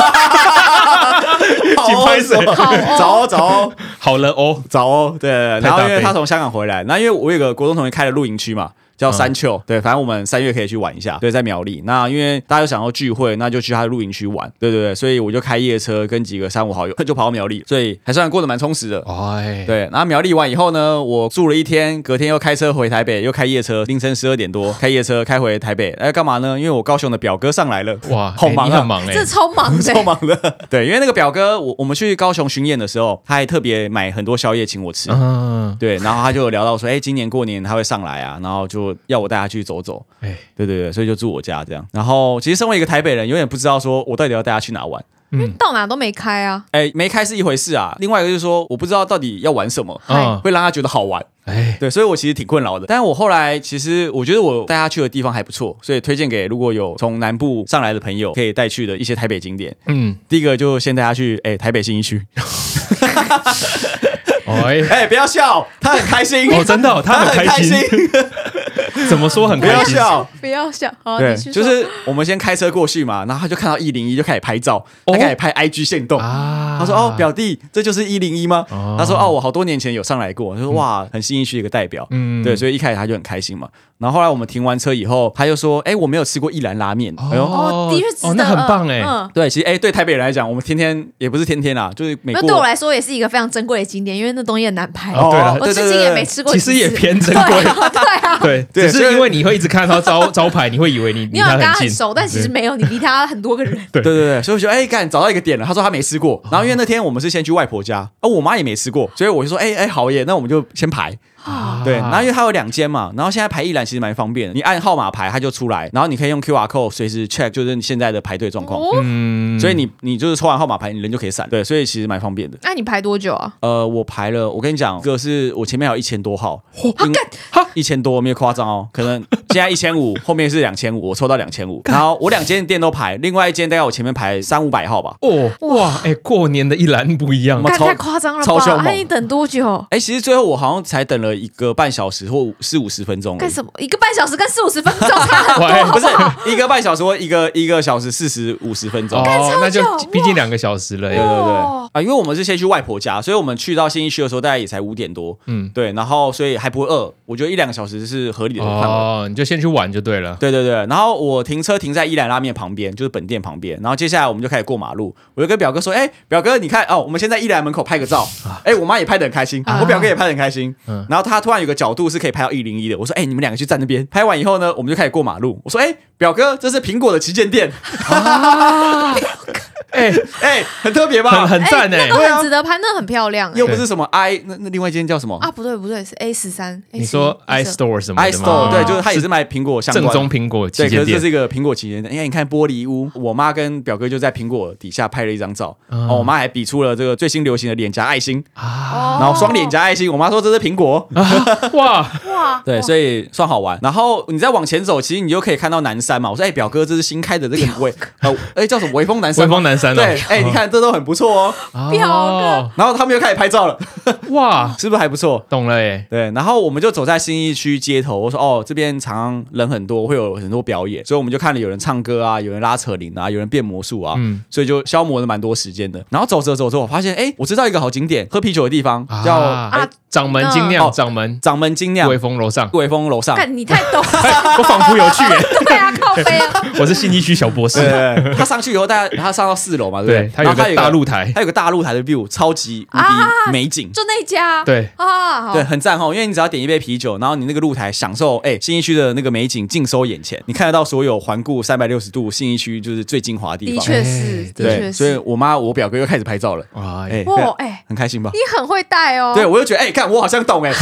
Speaker 1: 请拍手
Speaker 3: 好哦
Speaker 2: 早哦早哦
Speaker 1: 好了哦，
Speaker 2: 早哦，对对对。
Speaker 1: 太
Speaker 2: 然
Speaker 1: 大
Speaker 2: 后
Speaker 1: 杯
Speaker 2: 因为他从香港回来，那因为我有个国中同学开的露营区嘛。叫山丘，对，反正我们三月可以去玩一下，嗯对，在苗栗。那因为大家有想要聚会，那就去他的露营区玩，对对对，所以我就开夜车跟几个三五好友就跑到苗栗，所以还算过得蛮充实的。
Speaker 1: 哎，
Speaker 2: 对，然后苗栗完以后呢，我住了一天，隔天又开车回台北，又开夜车，凌晨十二点 多开夜车开回台北，哎，干嘛呢？因为我高雄的表哥上来了，
Speaker 1: 哇，
Speaker 2: 好
Speaker 1: 哎
Speaker 2: 忙
Speaker 1: 你
Speaker 2: 啊
Speaker 1: 很忙哎
Speaker 3: 这，超忙的，
Speaker 2: 超忙的。对，因为那个表哥，我我们去高雄巡演的时候，他还特别买很多宵夜请我吃。
Speaker 1: 嗯，
Speaker 2: 对，然后他就有聊到说，哎、今年过年他会上来啊，然后就要我带他去走走。
Speaker 1: 哎，
Speaker 2: 对对对，所以就住我家这样。然后其实身为一个台北人，有点不知道说我到底要带他去哪玩。
Speaker 3: 到哪都没开啊。
Speaker 2: 哎，没开是一回事啊，另外一个就是说，我不知道到底要玩什么，
Speaker 1: 嗯，
Speaker 2: 会让他觉得好玩。
Speaker 1: 哎，
Speaker 2: 对，所以我其实挺困扰的。但是我后来其实我觉得我带他去的地方还不错，所以推荐给如果有从南部上来的朋友可以带去的一些台北景点。
Speaker 1: 嗯，
Speaker 2: 第一个就先带他去，哎、台北新一区。
Speaker 1: 哦哎。
Speaker 2: 哎、不要笑，他很开心，
Speaker 1: 哦，真的哦、他
Speaker 2: 他
Speaker 1: 很
Speaker 2: 很
Speaker 1: 开
Speaker 2: 开
Speaker 1: 心，
Speaker 2: 心，
Speaker 1: 怎么说很
Speaker 2: 不
Speaker 1: 开
Speaker 2: 要
Speaker 1: 心？
Speaker 2: 笑。
Speaker 3: 不要笑，好，
Speaker 2: 对，
Speaker 3: 哦你去
Speaker 2: 就
Speaker 3: 说
Speaker 2: 是我们先开车过去嘛，然后他就看到一零一就开始拍照，
Speaker 1: 哦
Speaker 2: 他开始拍 IG 线动。
Speaker 1: 啊
Speaker 2: 他说：“哦，表弟，这就是一零一吗？”
Speaker 1: 哦
Speaker 2: 他说：“哦，我好多年前有上来过。”他说：“哇，很新一区的一个代表。”
Speaker 1: 嗯
Speaker 2: 对，所以一开始他就很开心嘛。然后后来我们停完车以后，他又说：“哎，我没有吃过一兰拉面。”哎呦，
Speaker 3: 哦，的确值得，
Speaker 1: 哦那很棒哎
Speaker 3: 嗯，
Speaker 2: 对，其实哎，对台北人来讲，我们天天也不是天天啦，就是每
Speaker 3: 那
Speaker 2: 过
Speaker 3: 对我来说也是一个非常珍贵的景点，因为那东西很难拍。
Speaker 1: 哦对了
Speaker 3: 我
Speaker 2: 对
Speaker 3: 至
Speaker 2: 对
Speaker 3: 今
Speaker 2: 对
Speaker 3: 也
Speaker 2: 对
Speaker 3: 没吃过
Speaker 1: 其
Speaker 3: 几
Speaker 1: 实
Speaker 3: 次，
Speaker 1: 也偏珍贵，
Speaker 3: 对啊，对啊。
Speaker 1: 对，
Speaker 2: 对
Speaker 1: 只是
Speaker 2: 所以
Speaker 1: 因为你会一直看到招招牌，你会以 为你
Speaker 3: 你
Speaker 1: 离
Speaker 3: 好
Speaker 1: 他
Speaker 3: 像跟他
Speaker 1: 近
Speaker 3: 很，熟，但其实没有，你离他很多个人。
Speaker 1: 对
Speaker 2: 对对对，所以我觉得哎，干找到一个点了。他说他没吃
Speaker 1: 哦
Speaker 2: 过，然后因为那天我们是先去外婆家，啊，我妈也没吃过，所以我就说哎哎好耶，那我们就先排。
Speaker 1: 啊
Speaker 2: 对，然后因为它有两间嘛，然后现在排一栏其实蛮方便的，你按号码牌它就出来，然后你可以用 QR code 随时 check 就是你现在的排队状况，
Speaker 3: 哦，
Speaker 1: 嗯
Speaker 2: 所以你你就是抽完号码牌，你人就可以散。对，所以其实蛮方便的。
Speaker 3: 那你排多久啊？
Speaker 2: 呃，我排了，我跟你讲，一个是我前面还有一千多号，因一千多没有夸张哦，可能现在一千五， 后面是两千五，我抽到两千五，然后我两间店都排，另外一间大概我前面排三五百号吧。
Speaker 1: 哦哇，哎，过年的一栏不一样
Speaker 2: 我，
Speaker 3: 干
Speaker 2: 超
Speaker 3: 太夸张了
Speaker 2: 超凶
Speaker 3: 吧？
Speaker 2: 猛
Speaker 3: 那你等多久？
Speaker 2: 哎，其实最后我好像才等了一个半小时或四五十分钟而已，
Speaker 3: 干什么？一个半小时跟四五十分钟差 很
Speaker 1: 喂
Speaker 3: 多，好
Speaker 2: 不是
Speaker 3: 好？
Speaker 2: 一个半小时或一个一个小时四十五十分钟。
Speaker 3: 干超
Speaker 1: 哦
Speaker 3: 久，
Speaker 1: 那就
Speaker 3: 哇
Speaker 1: 毕竟两个小时了，
Speaker 2: 对 对
Speaker 1: 哎
Speaker 2: 对
Speaker 3: 哦
Speaker 2: 啊，因为我们是先去外婆家，所以我们去到新一区的时候大概也才五点多，
Speaker 1: 嗯，
Speaker 2: 对，然后所以还不会饿，我觉得一两个小时是合理的范围。
Speaker 1: 哦，你就先去玩就对了，
Speaker 2: 对对对，然后我停车停在一兰拉面旁边，就是本店旁边。然后接下来我们就开始过马路，我就跟表哥说：“哎、表哥，你看哦，我们先在一兰门口拍个照。 哎、我妈也拍得很开心，
Speaker 3: 啊
Speaker 2: 我表哥也拍得很开心。
Speaker 1: 嗯
Speaker 2: 然后他突然有个角度是可以拍到一零一的，我说：“哎、你们两个去站那边。”拍完以后呢，我们就开始过马路。我说：“哎、表哥，这是苹果的旗舰店，
Speaker 1: 哎，
Speaker 2: 哎、很特别吧？
Speaker 1: 很很赞
Speaker 3: 哎
Speaker 1: 哎
Speaker 3: 那，
Speaker 2: 对
Speaker 3: 个
Speaker 2: 啊
Speaker 3: 很值得拍，那个很漂亮。哎
Speaker 2: 又不是什么 i，那那另外一间叫什么、
Speaker 3: 啊，不对不对，是 A 十三。
Speaker 1: 你说 i
Speaker 3: S
Speaker 1: store 哎什么啊
Speaker 2: i
Speaker 1: 的
Speaker 2: store？
Speaker 3: 啊
Speaker 1: 吗？
Speaker 2: 对，就是他也是卖苹果相关
Speaker 1: 正
Speaker 2: 的。
Speaker 1: 宗苹果旗
Speaker 2: 对，可
Speaker 1: 舰
Speaker 2: 是这
Speaker 1: 店
Speaker 2: 是，一个苹果旗舰店，哎因为你看玻璃屋，我妈跟表哥就在苹果底下拍了一张照，
Speaker 1: 嗯
Speaker 2: 哦，我妈还比出了这个最新流行的脸颊爱心，
Speaker 1: 啊，
Speaker 3: 然
Speaker 2: 然后双脸加爱心，我妈说这是苹果，
Speaker 1: 哇，
Speaker 3: 哇，啊
Speaker 2: 对，
Speaker 3: 哇
Speaker 2: 所以算好玩。然后你再往 前走，其实你就可以看到南山嘛，我说哎、表哥，这是新开的这个微呃哎、叫什么微风南
Speaker 1: 威
Speaker 2: 山吗，
Speaker 1: 风南三
Speaker 2: 对
Speaker 1: 哦，，
Speaker 2: 哎、你看这都很不错哦。
Speaker 3: 表
Speaker 1: 哦，
Speaker 2: 然后他们又开始拍照了，
Speaker 1: 哇，
Speaker 2: 是不是还不错？
Speaker 1: 懂了耶，
Speaker 2: 对，然后我们就走在新一区街头，我说哦，这边常常人很多，会有很多表演，所以我们就看了有人唱歌啊，有人拉扯铃啊，有人变魔术啊，
Speaker 1: 嗯
Speaker 2: 所以就消磨了蛮多时间的。然后走着走着，我发现哎，我知道一个好景点，喝啤酒的地方，叫、
Speaker 1: 啊
Speaker 3: 哎
Speaker 1: 掌门精
Speaker 2: 哦
Speaker 1: 酿，掌门
Speaker 2: 掌门精酿
Speaker 1: 威风楼上，
Speaker 2: 贵峰楼上。
Speaker 3: 看你太懂了，
Speaker 1: 我仿佛有去耶，
Speaker 3: 对啊，靠背 啊，
Speaker 1: 我是信义区小博
Speaker 2: 对
Speaker 1: 士，
Speaker 2: 对，对他上去以后，大家他上到四楼嘛，对不
Speaker 1: 对，
Speaker 2: 对？
Speaker 1: 它
Speaker 2: 然
Speaker 1: 有
Speaker 2: 后他
Speaker 1: 个大，露 台，
Speaker 2: 他有个大露台的 view，超级无敌
Speaker 3: 啊
Speaker 2: 美景。
Speaker 3: 就那一家
Speaker 1: 对，
Speaker 3: 啊，好
Speaker 2: 对，很赞哦，因为你只要点一杯啤酒，然后你那个露台享受，哎、信义区的那个美景尽收眼前，你看得到所有环顾三百六十度，信义区就是最精华的地
Speaker 3: 的
Speaker 2: 方。
Speaker 3: 确是，
Speaker 1: 哎
Speaker 3: 的
Speaker 2: 对，
Speaker 3: 确
Speaker 2: 所以
Speaker 3: 是，
Speaker 2: 我妈我表哥又开始拍照了，
Speaker 1: 哇，
Speaker 2: 哎、
Speaker 3: 哇，哎，
Speaker 2: 很开心吧
Speaker 3: 你？很会带哦，
Speaker 2: 对，我就觉得，哎、看我好像懂哎、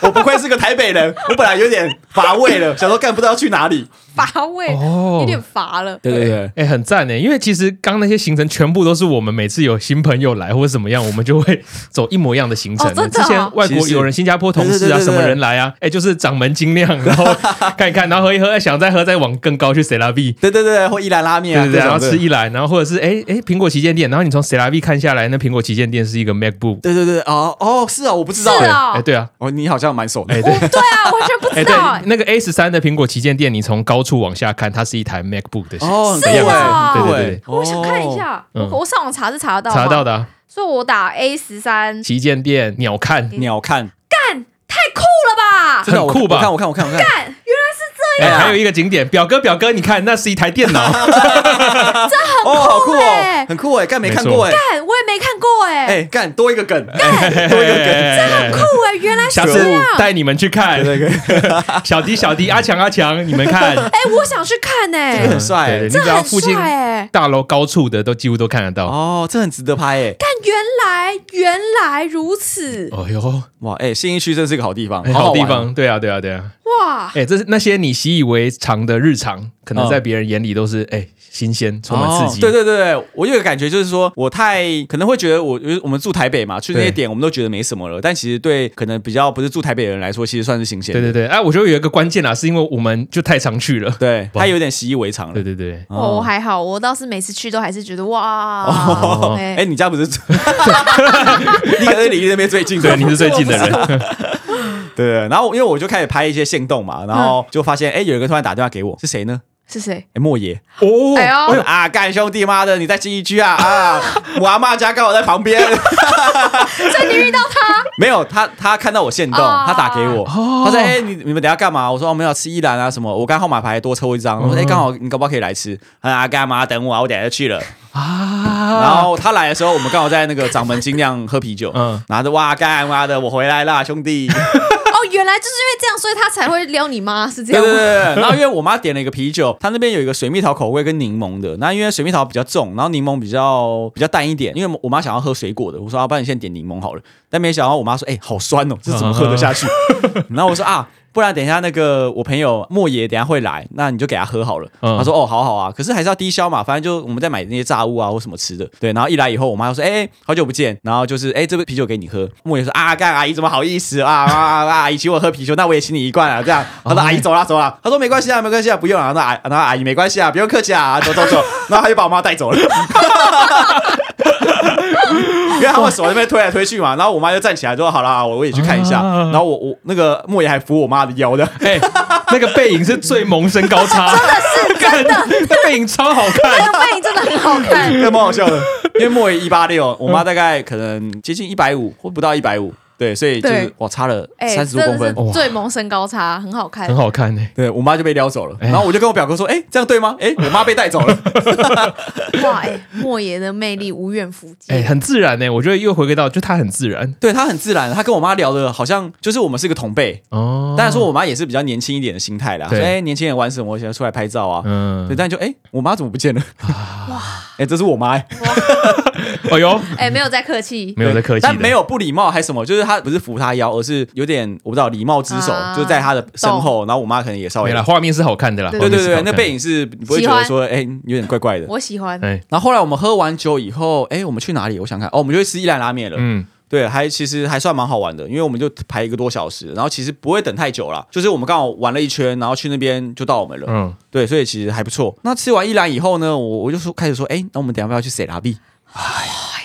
Speaker 2: 我不愧是个台北人，我本来有点乏味了，想说干不知道去哪里。
Speaker 3: 乏味，
Speaker 1: 哦
Speaker 3: 有点乏了。
Speaker 2: 对对对。
Speaker 1: 哎、很赞呢，因为其实刚那些行程全部都是我们每次有新朋友来或者怎么样，我们就会 走一模一样的行程。
Speaker 3: 哦真的
Speaker 1: 之
Speaker 3: 哦
Speaker 1: 前外国友人、新加坡同事啊，
Speaker 2: 其实
Speaker 1: 什么人来啊？哎、就是掌门精酿，然后 看一看，然后喝一喝，想再喝，再往更高去 C 拉 B，
Speaker 2: 对对对，或一兰拉面
Speaker 1: 对
Speaker 2: 啊，
Speaker 1: 对对，
Speaker 2: 各
Speaker 1: 然后
Speaker 2: 种
Speaker 1: 吃一兰，然后或者是哎哎苹果旗舰店，然后你从 C 拉 B 看下来，那苹果旗舰店是一个 MacBook，
Speaker 2: 对对对，哦哦，是啊，我不知道
Speaker 3: 是
Speaker 2: 哎、
Speaker 3: 啊
Speaker 1: 哎、对啊，
Speaker 2: 哦，你好像蛮熟的，
Speaker 1: 哎、
Speaker 3: 我对
Speaker 1: 对。
Speaker 3: 啊，我全不知
Speaker 1: 哎、对
Speaker 3: 道，哎，
Speaker 1: 那个 A 十三的苹果旗舰店，你从高处往下看，它是一台 MacBook 的，
Speaker 2: 哦，很
Speaker 3: 是
Speaker 2: 酷
Speaker 3: 啊
Speaker 2: 哎很酷
Speaker 1: 对对
Speaker 2: 哎
Speaker 1: 对
Speaker 3: 我想看一下，
Speaker 1: 嗯
Speaker 3: 我我上网查是查得到，
Speaker 1: 查到，的啊、
Speaker 3: 所以我打 A 十三，
Speaker 1: 旗舰店鸟看，
Speaker 2: 哦鸟看，
Speaker 3: 干，太酷了吧！
Speaker 2: 真的
Speaker 1: 很酷吧
Speaker 2: 我看我看我看我看，
Speaker 3: 干，原来是这
Speaker 1: 哎、
Speaker 2: 对啊
Speaker 1: 还有一个景点，表哥表哥，你看那是一台电 脑，
Speaker 2: 哦，好酷哦
Speaker 3: 欸，
Speaker 2: 很酷哎，干没
Speaker 1: 没
Speaker 2: 看
Speaker 1: 错
Speaker 2: 过哎，
Speaker 3: 干，我也没看过哎，
Speaker 2: 哎干多一个梗，哎
Speaker 3: 干，
Speaker 1: 哎
Speaker 2: 多一个梗，
Speaker 1: 真的
Speaker 3: 酷哎，原来是
Speaker 1: 下次
Speaker 3: 这样，
Speaker 1: 带你们去看
Speaker 2: 对对对，
Speaker 1: 小迪小迪阿强阿强，你们看，
Speaker 3: 哎，我想去看
Speaker 2: 这 个
Speaker 3: 哎
Speaker 2: 很，帅
Speaker 1: 对对你
Speaker 3: 这
Speaker 1: 只要
Speaker 3: 很
Speaker 1: 附近
Speaker 3: 帅哎，
Speaker 1: 大楼高处的都几乎都看得到。
Speaker 2: 哦，这很值得拍哎，
Speaker 3: 干，原来原来如此，
Speaker 1: 哦呦，
Speaker 2: 哇哎，信义区真是个好地方，
Speaker 1: 哎
Speaker 2: 好
Speaker 1: 好地
Speaker 2: 玩哦，
Speaker 1: 方，对啊，对啊，对啊，
Speaker 3: 哇，
Speaker 1: 哎，这是那些你习以为常的日常，可能
Speaker 2: 嗯
Speaker 1: 在别人眼里都是哎新鲜，充满
Speaker 2: 哦
Speaker 1: 刺激。
Speaker 2: 对对对，对我有个感觉就是说，我太可能会觉得我我们住台北嘛，去那些
Speaker 1: 对
Speaker 2: 点我们都觉得没什么了，但其实对可能比较不是住台北的人来说，其实算是新鲜
Speaker 1: 对
Speaker 2: 的。
Speaker 1: 对对，哎，我觉得有一个关键啊，是因为我们就太常去了。
Speaker 2: 对，他有点习以为常了
Speaker 1: 对。对对，
Speaker 3: 哦，我还好，我倒是每次去都还是觉得哇，
Speaker 2: 哦，
Speaker 3: 哎
Speaker 2: 哎，你家不是住？ 你可能离那边最近的，
Speaker 1: 对，你是最近的 人，
Speaker 2: 对，然后因为我就开始拍一些线动嘛，然后就发现哎、有一个突然打电话给我，是谁呢？
Speaker 3: 是谁？
Speaker 2: 哎，莫爷，
Speaker 1: 哦
Speaker 3: 哎
Speaker 2: 我说
Speaker 3: 呦，
Speaker 2: 啊，干兄弟妈的，你在新一区啊啊！我阿妈家刚好在旁边，
Speaker 3: 所以你遇到他，
Speaker 2: 没有他，他看到我线动，
Speaker 3: 哦
Speaker 2: 他打给我，他说哎、你你们等一下干嘛？我说我们要吃一兰啊什么，我刚号码牌多抽一张，我说哎，刚好你搞不好可以来吃？他说啊，干嘛等我啊，我等一下就去了。
Speaker 1: 啊，
Speaker 2: 然后他来的时候，我们刚好在那个掌门精酿喝啤酒，嗯
Speaker 1: 嗯，
Speaker 2: 拿着哇干妈的，我回来啦，兄弟。
Speaker 3: 哦，原来就是因为这样，所以他才会撩你妈，是这
Speaker 2: 对
Speaker 3: 样
Speaker 2: 对对
Speaker 3: 吗？
Speaker 2: 对，然 后因为我妈点了一个啤酒，她那边有一个水蜜桃口味跟柠檬的，那因为水蜜桃比较重，然后柠檬比较比较淡一点，因为我妈想要喝水果的，我说要、啊、不然你先点柠檬好了，但没想到我妈说，哎、好酸哦，这怎么喝得下 去？然后我说啊。不然等一下那个我朋友莫爷等一下会来，那你就给他喝好了。
Speaker 1: 嗯
Speaker 2: 她说哦，好好啊，可是还是要低消嘛，反正就我们再买那些炸物啊或什么吃的。对，然后一来以后，我妈就说哎、好久不见，然后就是哎、这杯啤酒给你喝。莫爷说啊干阿姨怎么好意思啊啊啊啊阿姨请我喝啤酒，那我也请你一罐啊这样。
Speaker 1: 哦哎
Speaker 2: 她说阿姨走啦走啦，她说没关系啊没关系啊不用啊，那阿那阿姨没关系啊不用客气啊走走走，然后她就把我妈带走了。 因为他们手在那边推来推去嘛，然后我妈就站起来说：“好啦，我我也去看一下。
Speaker 1: 啊
Speaker 2: 然后我我那个莫言还扶我妈的腰的，
Speaker 1: 哎，那个背影是最萌身高差， 真的是真的，那背影超好看。
Speaker 3: 那个背影真的很好 看，
Speaker 2: 那蛮好笑的。因为莫言一八六，我妈大概可能接近一百五或不到一百五，对，所以就是
Speaker 3: 对
Speaker 2: 我差了
Speaker 3: 哎，
Speaker 2: 三十
Speaker 3: 真
Speaker 2: 多公
Speaker 3: 的
Speaker 2: 分。
Speaker 3: 是
Speaker 1: 哇
Speaker 3: 最萌身高差，很好看
Speaker 1: 很。好看呢、欸
Speaker 2: 对我妈就被撩走了，
Speaker 1: 哎
Speaker 2: 然后我就跟我表哥说：“哎、这样对吗？”哎、我妈被带走了。
Speaker 3: 哇，哎，莫言的魅力无远弗
Speaker 1: 哎、
Speaker 3: 届。
Speaker 1: 很自然呢、我觉得又回归到就他很自然
Speaker 2: 对她很自然，她跟我妈聊的好像就是我们是个同辈。
Speaker 1: 哦
Speaker 2: 当然说我妈也是比较年轻一点的心态啦，说
Speaker 1: 对
Speaker 2: 哎、年轻人玩什么，我想要出来拍照啊。
Speaker 1: 嗯
Speaker 2: 对，，但就哎、我妈怎么不见了？哇！ 哎、这是我妈、哎
Speaker 1: 哎呦，
Speaker 3: 哎，没有在客气，
Speaker 1: 没有在客气的，
Speaker 2: 但没有不礼貌还是什么，就是他不是扶他腰，而是有点我不知道礼貌之手，
Speaker 3: 啊
Speaker 2: 就是在他的身后，然后我妈可能也稍微
Speaker 1: 没了，画面是好看的啦，
Speaker 3: 对
Speaker 2: 对对对，那背
Speaker 1: 影
Speaker 2: 影是你不会觉得说哎、有点怪怪的。
Speaker 3: 我喜欢。
Speaker 1: 哎
Speaker 2: 然后后来我们喝完酒以后，哎、我们去哪里？我想看哦，我们就去吃一兰拉面了。
Speaker 1: 嗯，
Speaker 2: 对，还其实还算蛮好玩的，因为我们就排一个多小时，然后其实不会等太久啦，就是我们刚好玩了一圈，然后去那边就到我们了。
Speaker 1: 嗯，
Speaker 2: 对，所以其实还不错。那吃完一兰以后呢，我我就说开始说，哎、那我们等一下要不要去塞拉比？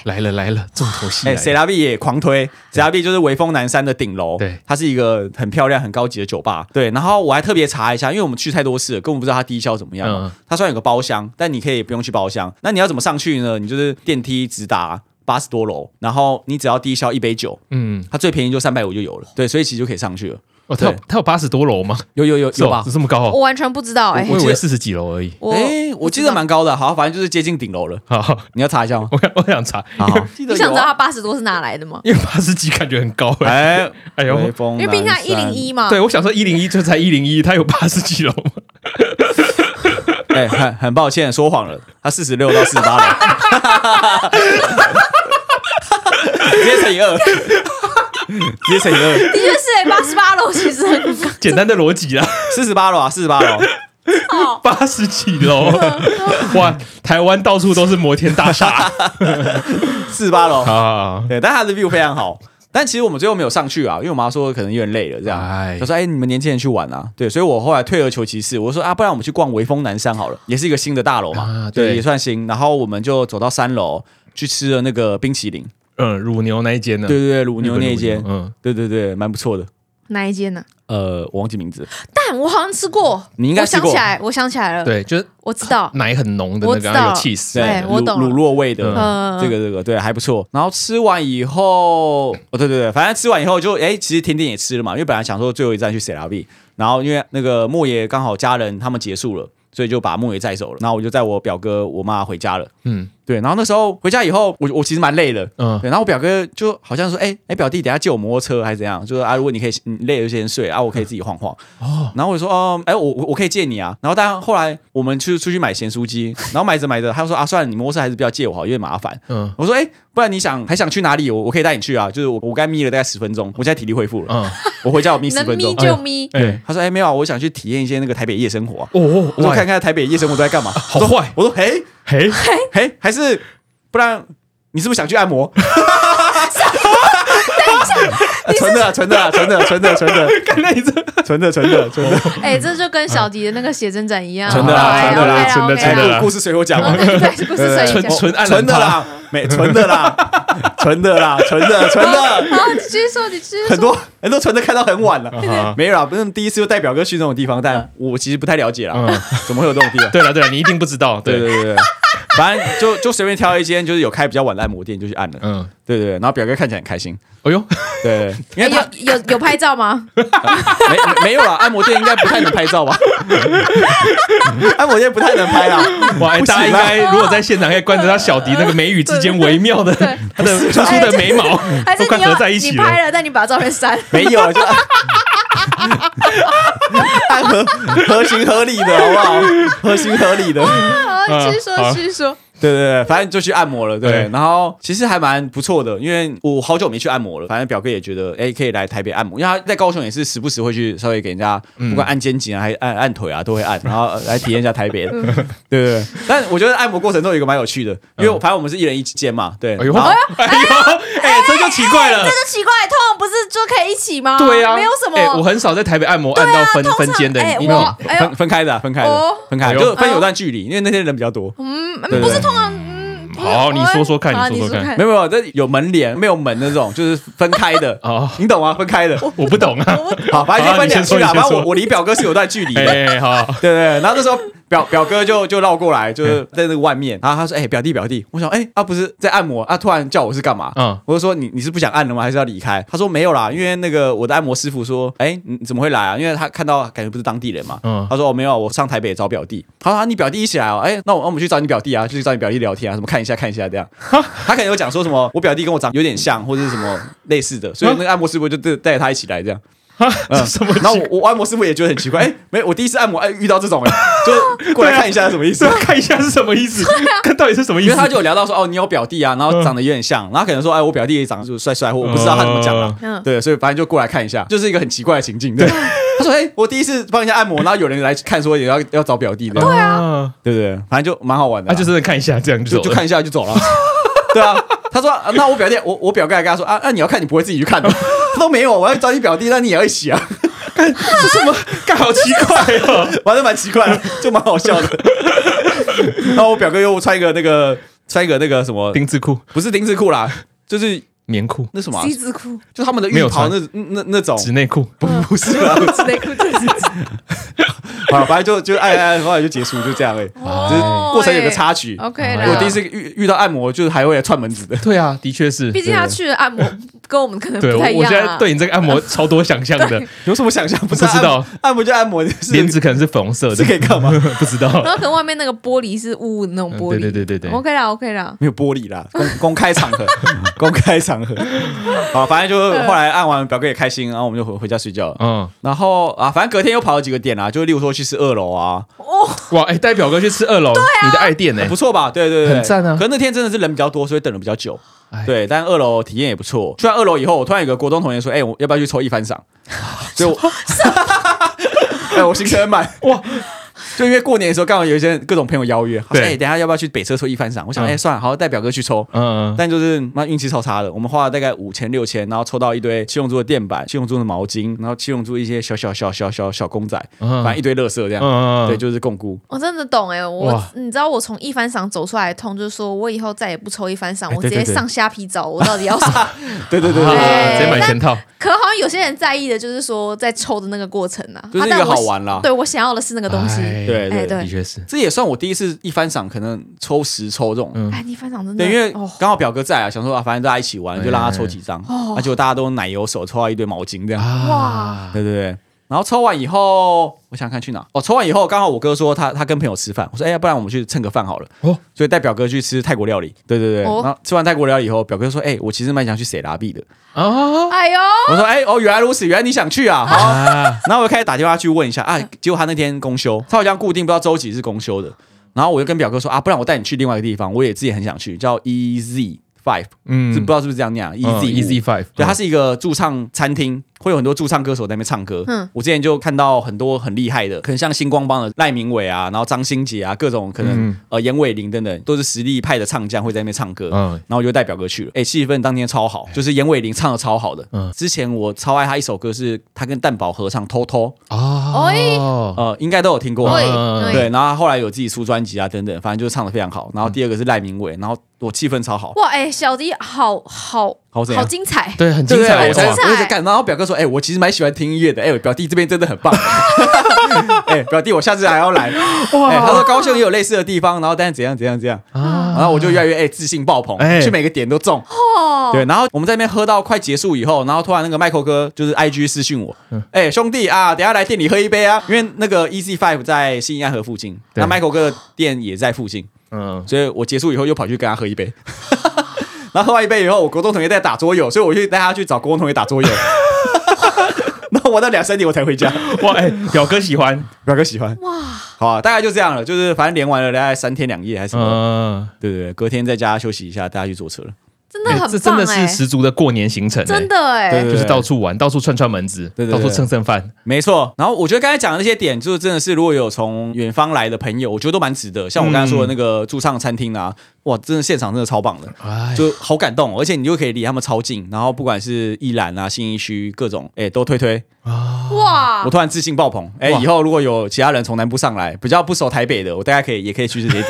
Speaker 1: 来了来了，重头戏
Speaker 2: 哎，
Speaker 1: 来
Speaker 2: 塞
Speaker 1: 了，
Speaker 2: 拉比也狂推，塞拉比就是微风南山的顶楼，
Speaker 1: 对，
Speaker 2: 它是一个很漂亮、很高级的酒吧。对，然后我还特别查一下，因为我们去太多次了，根本不知道它低消怎么样。
Speaker 1: 嗯
Speaker 2: 它虽然有个包厢，但你可以不用去包厢。那你要怎么上去呢？你就是电梯直达八十多楼，然后你只要低消一杯酒，
Speaker 1: 嗯，
Speaker 2: 它最便宜就三百五就有了。对，所以其实就可以上去了。
Speaker 1: 哦，他有
Speaker 2: 对
Speaker 1: 他有八十多楼吗？
Speaker 2: 有有有
Speaker 1: 是
Speaker 2: 有
Speaker 1: 哦
Speaker 2: 吧？
Speaker 1: 是这么高
Speaker 3: 我
Speaker 1: 哦？
Speaker 3: 完全不知道哎、
Speaker 1: 我以
Speaker 2: 记
Speaker 1: 为
Speaker 2: 得
Speaker 1: 四十几楼而已。
Speaker 3: 我
Speaker 2: 哎，我记得蛮高的，好，反正就是接近顶楼了。
Speaker 1: 好， 好
Speaker 2: 你要查 一下吗？
Speaker 1: 我想我想查，
Speaker 2: 好好，
Speaker 3: 你想知道他八十多是哪来的吗？
Speaker 1: 因为八十几感觉很高哎。
Speaker 2: 哎
Speaker 1: 哎呦
Speaker 2: 微风
Speaker 3: 因为毕竟他
Speaker 2: 南
Speaker 3: 一零
Speaker 2: 山
Speaker 3: 一嘛，
Speaker 1: 对，我想说一零一就才一零一，它有八十几楼 吗？
Speaker 2: 哎、很很抱歉，说谎了，他四十六到四十八了， 直接乘以二，直接乘以二，
Speaker 3: 的确是哎、八十八楼其实很高。
Speaker 1: 简单的逻辑啦，
Speaker 2: 四十八了啊，四十八了，
Speaker 1: 八十几 楼，哇，台湾到处都是摩天大
Speaker 3: 啊
Speaker 1: 厦
Speaker 2: 四十八了。
Speaker 1: 啊！
Speaker 2: 对，但他的 view 非常好。但其实我们最后没有上去啊，因为我妈说可能有点累了，这样。
Speaker 1: 哎
Speaker 2: 她说：“哎、你们年轻人去玩啊。”对，所以我后来退而求其次，我说：“啊，不然我们去逛微风南山好了，也是一个新的大楼嘛，
Speaker 1: 啊
Speaker 2: 对，
Speaker 1: 对
Speaker 2: 也算新。”然后我们就走到三楼去吃了那个冰淇淋，
Speaker 1: 嗯，乳牛那一间呢？
Speaker 2: 对对对，乳
Speaker 1: 日本
Speaker 2: 牛
Speaker 1: 乳
Speaker 2: 那一间，
Speaker 1: 嗯，
Speaker 2: 对对对，蛮不错的。
Speaker 3: 哪一间呢、
Speaker 2: 呃，我忘记名字，
Speaker 3: 但我好像吃过，
Speaker 2: 你应该
Speaker 3: 我
Speaker 2: 吃
Speaker 3: 想
Speaker 2: 过
Speaker 3: 起来，我想起来了，
Speaker 1: 对，就是
Speaker 3: 我知道，
Speaker 1: 奶很浓的
Speaker 3: 我
Speaker 1: 那
Speaker 3: 知
Speaker 1: 个，
Speaker 3: 道
Speaker 1: 然后有 cheese，
Speaker 3: 对
Speaker 2: 对，
Speaker 3: 哎我
Speaker 2: 乳
Speaker 3: 懂了
Speaker 2: 乳酪味的，
Speaker 3: 嗯
Speaker 2: 这个这个对还不错。然后吃完以后，哦对对对，反正吃完以后就哎，其实甜点也吃了嘛，因为本来想说最后一站去 C L B，然后因为那个莫爷刚好家人他们结束了，所以就把莫爷载走了。然后我就载我表哥我妈回家了。
Speaker 1: 嗯
Speaker 2: 对，然后那时候回家以后，我我其实蛮累的。
Speaker 1: 嗯，
Speaker 2: 对，然后我表哥就好像说，哎、哎，表弟，等一下借我摩托车还是怎样？就说啊，如果你可以，你累了就先睡啊，我可以自己晃晃。哦，然后我就说，哦，哎，我我我可以借你啊。然后但后来我们去出去买咸酥鸡，然后买着买着，他就说啊，算了，你摩托车还是不要借我好，有点麻烦。
Speaker 1: 嗯
Speaker 2: 我说，哎、不然你想还想去哪里？我我可以带你去啊。就是我我刚眯了大概十分钟，我现在体力恢复了，
Speaker 1: 嗯，
Speaker 2: 我回家我眯十
Speaker 3: 能
Speaker 2: 分
Speaker 3: 眯
Speaker 2: 钟。
Speaker 3: 就眯，
Speaker 1: 哎，
Speaker 2: 他说，哎，没有啊，我想去体验一些那个台北夜生活、啊。
Speaker 1: 哦哦，
Speaker 2: 我说
Speaker 1: 哇
Speaker 2: 看，看台北夜生活都在干嘛？
Speaker 1: 好
Speaker 2: 我说
Speaker 1: 坏
Speaker 2: 我说，嘿，
Speaker 1: 嘿，
Speaker 2: 嘿，还是不然你是不是想去按摩？等一下，存 的啊存的啊 存的啊存的
Speaker 1: 看那你这
Speaker 2: 啊存的啊存的啊存的啊 存的啊，
Speaker 3: 哎、这就跟小迪的那个写真展一样，
Speaker 2: 存的啦
Speaker 3: 哎
Speaker 2: 存的啦
Speaker 3: OK
Speaker 1: 存的
Speaker 3: OK
Speaker 1: 存的啦
Speaker 2: 故故事随我讲嘛
Speaker 3: 哦。对对，不是
Speaker 2: 对
Speaker 3: 水
Speaker 2: 对
Speaker 1: 存
Speaker 3: 饺。
Speaker 1: 纯纯暗
Speaker 2: 存的啦，没存的啦， 存的啦，存的存 的，
Speaker 3: 好，你继续说，你继续说。
Speaker 2: 很多很多存的看到很晚了。
Speaker 1: 啊，
Speaker 2: 没有啦，不是第一次就带表哥去那种地方，但我其实不太了解啦，
Speaker 1: 嗯，
Speaker 2: 怎么会有这种地方？
Speaker 1: 对了对了，你一定不知道，
Speaker 2: 对
Speaker 1: 对，
Speaker 2: 对对对，反正就就随便挑一间，就是有开比较晚的按摩店就去按了。
Speaker 1: 嗯，
Speaker 2: 对对对，然后表哥看起来很开心，
Speaker 1: 哎 呦，
Speaker 2: 对，因
Speaker 3: 哎
Speaker 2: 为他
Speaker 3: 有有有拍照吗？
Speaker 2: 没没没有啦，按摩店应该不太能拍照吧？ 按摩店不太能拍啦。
Speaker 1: 哇，哎
Speaker 2: 不行啊
Speaker 1: 大家
Speaker 2: 啦
Speaker 1: 应该如果在现场可以观察到小迪那个眉宇之间微妙的
Speaker 3: 对哎
Speaker 1: 他的突出的眉毛
Speaker 3: 还
Speaker 1: 都
Speaker 3: 是
Speaker 1: 快
Speaker 3: 你要
Speaker 1: 合在一起
Speaker 3: 你
Speaker 1: 了
Speaker 3: 拍。了，但你把照片删了？
Speaker 2: 没有，就按合合情合理的好不好？合情合理的，
Speaker 3: 好，你继续说，
Speaker 1: 好
Speaker 3: 继续说。
Speaker 2: 对对对，反正就去按摩了，对。
Speaker 1: 对
Speaker 2: 然后其实还蛮不错的，因为我好久没去按摩了，反正表哥也觉得，哎，可以来台北按摩，因为他在高雄也是时不时会去稍微给人家，不
Speaker 1: 嗯
Speaker 2: 管按肩颈啊，还按按腿啊，都会按，然后呃来体验一下台 北的，对对对。但我觉得按摩过程中有一个蛮有趣的，因为我反正我们是一人一间嘛，对。
Speaker 1: 哎呦，
Speaker 3: 哦
Speaker 2: 然后
Speaker 1: 哎呦，哎，这就奇怪
Speaker 3: 这。
Speaker 1: 了
Speaker 3: 就奇怪，通常不是就可以一起吗？
Speaker 1: 对呀，
Speaker 2: 啊
Speaker 3: 啊没有什么。啊
Speaker 1: 哎我很少在台北按摩按到分
Speaker 3: 通常
Speaker 1: 分间的，
Speaker 3: 哎
Speaker 1: 你
Speaker 3: 我
Speaker 1: 你
Speaker 3: 哎呦
Speaker 2: 分，分开的啊，分开
Speaker 3: 哦
Speaker 2: 的，分开
Speaker 1: 哎呦
Speaker 2: 的，就分有段距离，因为那天人比较多。
Speaker 3: 嗯，
Speaker 2: 对
Speaker 3: 嗯不是通常。嗯不是
Speaker 1: 好你说说看
Speaker 3: 好
Speaker 1: 你
Speaker 3: 你
Speaker 1: 说说看。
Speaker 3: 看
Speaker 2: 没。有没有，这有门帘，没有门那种，就是分开的
Speaker 1: 哦，
Speaker 2: 你懂吗？分开的。
Speaker 1: 我不懂啊。
Speaker 2: 好，反正就分两区啦。
Speaker 1: 好你先说你先说
Speaker 2: 反正我我离表哥是有段距离的。对
Speaker 1: 哎，哎好，
Speaker 2: 对对，然后那时候表表哥就就绕过来，
Speaker 1: 嗯
Speaker 2: 就是在那个外面，然后他说：“哎、表弟表弟。”我想：“哎、他、不是在按摩啊？突然叫我是干嘛？”
Speaker 1: 嗯
Speaker 2: 我就说：“你你是不想按了吗？还是要离开？”他说：“没有啦，因为那个我的按摩师傅说，哎、你你怎么会来啊？因为他看到感觉不是当地人嘛。
Speaker 1: 嗯
Speaker 2: 他说：“哦，没有，我上台北找表弟。”他说啊：“你表弟一起来哦，哎、那我那我们去找你表弟啊，就去找你表弟聊天啊，什么看一下看一下这样。”他可能有讲说什么，我表弟跟我长有点像，或者是什么类似的，所以那个按摩师傅就带带他一起来这样。嗯
Speaker 1: 这什么奇？
Speaker 2: 然后我我按摩师傅也觉得很 奇怪，哎、没有，我第一次按摩，哎、遇到这种人，就过来看一下什么意思
Speaker 1: 这。看一 下是什么意思？看到底是什么意
Speaker 2: 因
Speaker 1: 思？
Speaker 2: 为他就有聊到说，哦，你有表弟啊，然后长得有点像，然后可能说，哎，我表弟也长得帅帅，我不知道他怎么讲了、
Speaker 3: 嗯
Speaker 2: 对，所以反正就过来看一下，就是一个很奇怪的情境。对，他说，哎、我第一次帮人家按摩，然后有人来看说也要要找表弟的，
Speaker 1: 啊，
Speaker 2: 对不对？反正就蛮好玩的
Speaker 1: 他
Speaker 2: 啊、
Speaker 1: 就真的看一下，这样就
Speaker 2: 就
Speaker 1: 走
Speaker 2: 就
Speaker 1: 了。
Speaker 2: 看一下就走了，对啊，他说、啊那我表弟，我我表哥还跟他说啊，那、你要看你不会自己去看的， 他说没有，我要找你表弟，那你也要一起啊，
Speaker 1: 这什么？干好奇怪哦！
Speaker 2: 玩的蛮奇怪的，就蛮好笑的。 然后我表哥又穿一个那个穿一个那个什么，
Speaker 1: 丁字裤、
Speaker 2: 不是丁字裤啦，就是
Speaker 1: 棉裤、
Speaker 2: 那什么啊、
Speaker 3: 西子裤、
Speaker 2: 就他们的
Speaker 1: 没
Speaker 2: 浴
Speaker 1: 有
Speaker 2: 袍
Speaker 1: 穿
Speaker 2: 那那那种，
Speaker 1: 纸内裤，
Speaker 2: 不是啦，
Speaker 3: 西内裤就是
Speaker 2: 啊，反正就就爱爱，后来就结束，就这样而已。就是
Speaker 3: 哦
Speaker 2: 过程有个插曲。
Speaker 3: OK
Speaker 1: 哎
Speaker 3: 啦。
Speaker 1: 呀
Speaker 2: 我第一次遇遇到按摩，就是还会来串门子的。
Speaker 1: 对啊，的确是。
Speaker 3: 毕竟他去了按 摩，跟我们可能
Speaker 1: 对，
Speaker 3: 不
Speaker 1: 我
Speaker 3: 太一
Speaker 1: 我
Speaker 3: 样
Speaker 1: 现在
Speaker 3: 啊。
Speaker 1: 对你这个按摩超多想象的，
Speaker 2: 有什么想象？不
Speaker 1: 不知道，
Speaker 2: 按摩就按摩，是
Speaker 1: 帘子可能是粉红色的，
Speaker 2: 是可以干嘛？
Speaker 1: 不知道
Speaker 3: 然。后可能外面那个玻璃是雾那种
Speaker 1: 嗯
Speaker 3: 玻璃，
Speaker 1: 对对对对对
Speaker 3: OK 啦 OK 啦，
Speaker 2: 没有玻璃啦，公公开场 合，公开场合。好，反正就后来按完，表哥也开心，然后我们就回回家睡觉了。
Speaker 1: 嗯，
Speaker 2: 然后啊，反正隔天又跑了几个点啊，就例如说去吃二楼啊，
Speaker 3: 哦
Speaker 1: 哇，哎，带表哥去吃二楼，你的爱店呢
Speaker 2: 不？错吧？对对对，
Speaker 1: 很赞啊
Speaker 2: 可是那天真的是人比较多，所以等了比较久
Speaker 1: 哎。
Speaker 2: 对，但二楼体验也不错。去完二楼以后，我突然有个国中同学说：“哎、我要不要去抽一番赏？”所以我，哎，我行程很满哇。就因为过年的时候，刚好有一些各种朋友邀约，他说：“
Speaker 1: 对
Speaker 2: 哎、等一下要不要去北车抽一番赏？”我想：“
Speaker 1: 嗯
Speaker 2: 哎、算了，好，带表哥去抽。”
Speaker 1: 嗯，嗯
Speaker 2: 但就是妈运气超差的，我们花了大概五千六千，然后抽到一堆七龙珠的垫板、七龙珠的毛巾，然后七龙珠一些小小小小小小公仔，
Speaker 1: 嗯
Speaker 2: 反正一堆垃圾这
Speaker 1: 嗯
Speaker 2: 样。
Speaker 1: 嗯，
Speaker 2: 对，
Speaker 1: 嗯
Speaker 2: 就是共估。
Speaker 3: 我真的懂哎、我
Speaker 1: 哇
Speaker 3: 你知道我从一番赏走出来的痛，就是说我以后再也不抽一番赏，
Speaker 1: 哎
Speaker 3: 我直
Speaker 1: 对
Speaker 3: 接
Speaker 1: 对对
Speaker 3: 上虾皮找我到底要什么。
Speaker 2: 对对对
Speaker 1: 啊
Speaker 2: 对对
Speaker 1: 直
Speaker 2: 对
Speaker 1: 接买全套，
Speaker 3: 可好像有些人在意的就是说在抽的那个过程啊，
Speaker 2: 就是
Speaker 3: 啊
Speaker 2: 那
Speaker 3: 但
Speaker 2: 个
Speaker 3: 我
Speaker 2: 好玩啦
Speaker 3: 对我想要的是那个东西。
Speaker 1: 哎
Speaker 2: 对对
Speaker 3: 哎
Speaker 2: 对，
Speaker 1: 的
Speaker 3: 对，
Speaker 1: 确是。
Speaker 2: 这也算我第一次一翻赏，可能抽十抽这种。
Speaker 1: 嗯
Speaker 3: 哎，你翻赏真的，
Speaker 2: 对，因为
Speaker 3: 哦，
Speaker 2: 刚好表哥在啊，想说啊，反正大家一起玩，
Speaker 1: 哎
Speaker 2: 就让他抽几张，
Speaker 3: 哦
Speaker 2: 而且大家都奶油手，抽到一堆毛巾这样。
Speaker 1: 啊，
Speaker 2: 对对对。然后抽完以后，我想看去哪？哦，抽完以后刚好我哥说他他跟朋友吃饭，我说哎、呀，不然我们去蹭个饭好了。
Speaker 1: 哦
Speaker 2: 所以带表哥去吃泰国料理。对对对。
Speaker 3: 哦
Speaker 2: 然后吃完泰国料理以后，表哥说哎、我其实蛮想去塞拉比的。
Speaker 1: 啊
Speaker 3: 哎呦，
Speaker 2: 我说哎、哦，原来如此，原来你想去啊。好，
Speaker 1: 啊！
Speaker 2: 然后我就开始打电话去问一下啊，结果他那天公休，他好像固定不知道周几是公休的。然后我就跟表哥说啊，不然我带你去另外一个地方，我也自己很想去，叫 E Z Five，
Speaker 1: 嗯
Speaker 2: 是不知道是不是这样念啊？E Z
Speaker 1: easy five，嗯
Speaker 2: 对，它是一个驻唱餐厅，会有很多驻唱歌手在那边唱歌。
Speaker 3: 嗯
Speaker 2: 我之前就看到很多很厉害的，可能像星光帮的赖明伟啊，然后张新杰啊，各种可能、
Speaker 1: 嗯
Speaker 2: 呃严伟玲等等，都是实力派的唱将会在那边唱歌。
Speaker 1: 嗯
Speaker 2: 然后我就带表哥去了，哎、气氛当天超好，就是严伟玲唱的超好的。
Speaker 1: 嗯
Speaker 2: 之前我超爱他一首歌，是他跟蛋宝合唱《偷偷
Speaker 1: 哦》，，
Speaker 2: 呃，应该都有听过。
Speaker 3: 喂
Speaker 1: 嗯
Speaker 3: 喂
Speaker 2: 对，然后他后来有自己出专辑啊，等等，反正就是唱的非常好。然后第二个是赖明伟，然后我气氛超好，
Speaker 3: 哇，哎，小迪好好
Speaker 2: 好怎样
Speaker 3: 好精彩，
Speaker 1: 对，很精
Speaker 2: 对不对
Speaker 1: 彩，
Speaker 2: 我才
Speaker 3: 很
Speaker 1: 哇
Speaker 3: 精彩
Speaker 2: 我在干。然后表哥说：“哎、我其实蛮喜欢听音乐的。哎、表弟这边真的很棒。 哎、表弟，我下次还要来。哎、他说高雄也有类似的地方，然后但是怎样怎样怎样，
Speaker 1: 啊
Speaker 2: 然后我就越来越哎、自信爆棚，
Speaker 1: 哎
Speaker 2: 去每个点都中。
Speaker 3: 哦，
Speaker 2: 对，然后我们在那边喝到快结束以后，然后突然那个麦克哥就是 IG 私讯我，哎、兄弟啊，等一下来店里喝一杯啊，因为那个 Easy Five 在新义安河附近，
Speaker 1: 对
Speaker 2: 那麦克哥的店也在附近，
Speaker 1: 嗯，
Speaker 2: 所以我结束以后又跑去跟他喝一杯。然后喝完一杯以后，我国中同学在打桌游，所以我去带他去找国中同学打桌游。然后玩到两三点我才回家，
Speaker 1: 哇，哎，表哥喜欢，
Speaker 2: 表哥喜欢。
Speaker 3: 哇，
Speaker 2: 好、啊，大概就这样了，就是反正连玩了大概三天两夜还是什么，
Speaker 1: 嗯，
Speaker 2: 对对对，隔天在家休息一下，大家去坐车了。
Speaker 3: 真的很
Speaker 1: 哎
Speaker 3: 棒，
Speaker 1: 这真的
Speaker 3: 哎
Speaker 1: 是欸十足的过年行程，
Speaker 3: 真，的
Speaker 2: 对
Speaker 3: 哎
Speaker 2: 对，
Speaker 1: 就是到处玩，到处串串门子，
Speaker 2: 对对对
Speaker 1: 到处蹭蹭饭，
Speaker 2: 没错，然后我觉得刚才讲的那些点，就是真的是如果有从远方来的朋友，我觉得都蛮值得。像我刚才说的那个驻唱餐厅啊，哇，真的现场真的超棒的。
Speaker 1: 哎，
Speaker 2: 就好感动，而且你就可以离他们超近，然后不管是宜兰啊、新一区各种，哎、都推推，
Speaker 3: 哇
Speaker 2: 我，突然自信爆棚。哎、
Speaker 1: 哇
Speaker 2: 以后如果有其他人从南部上来，比较不熟台北的，我大概可以也可以去这 些点。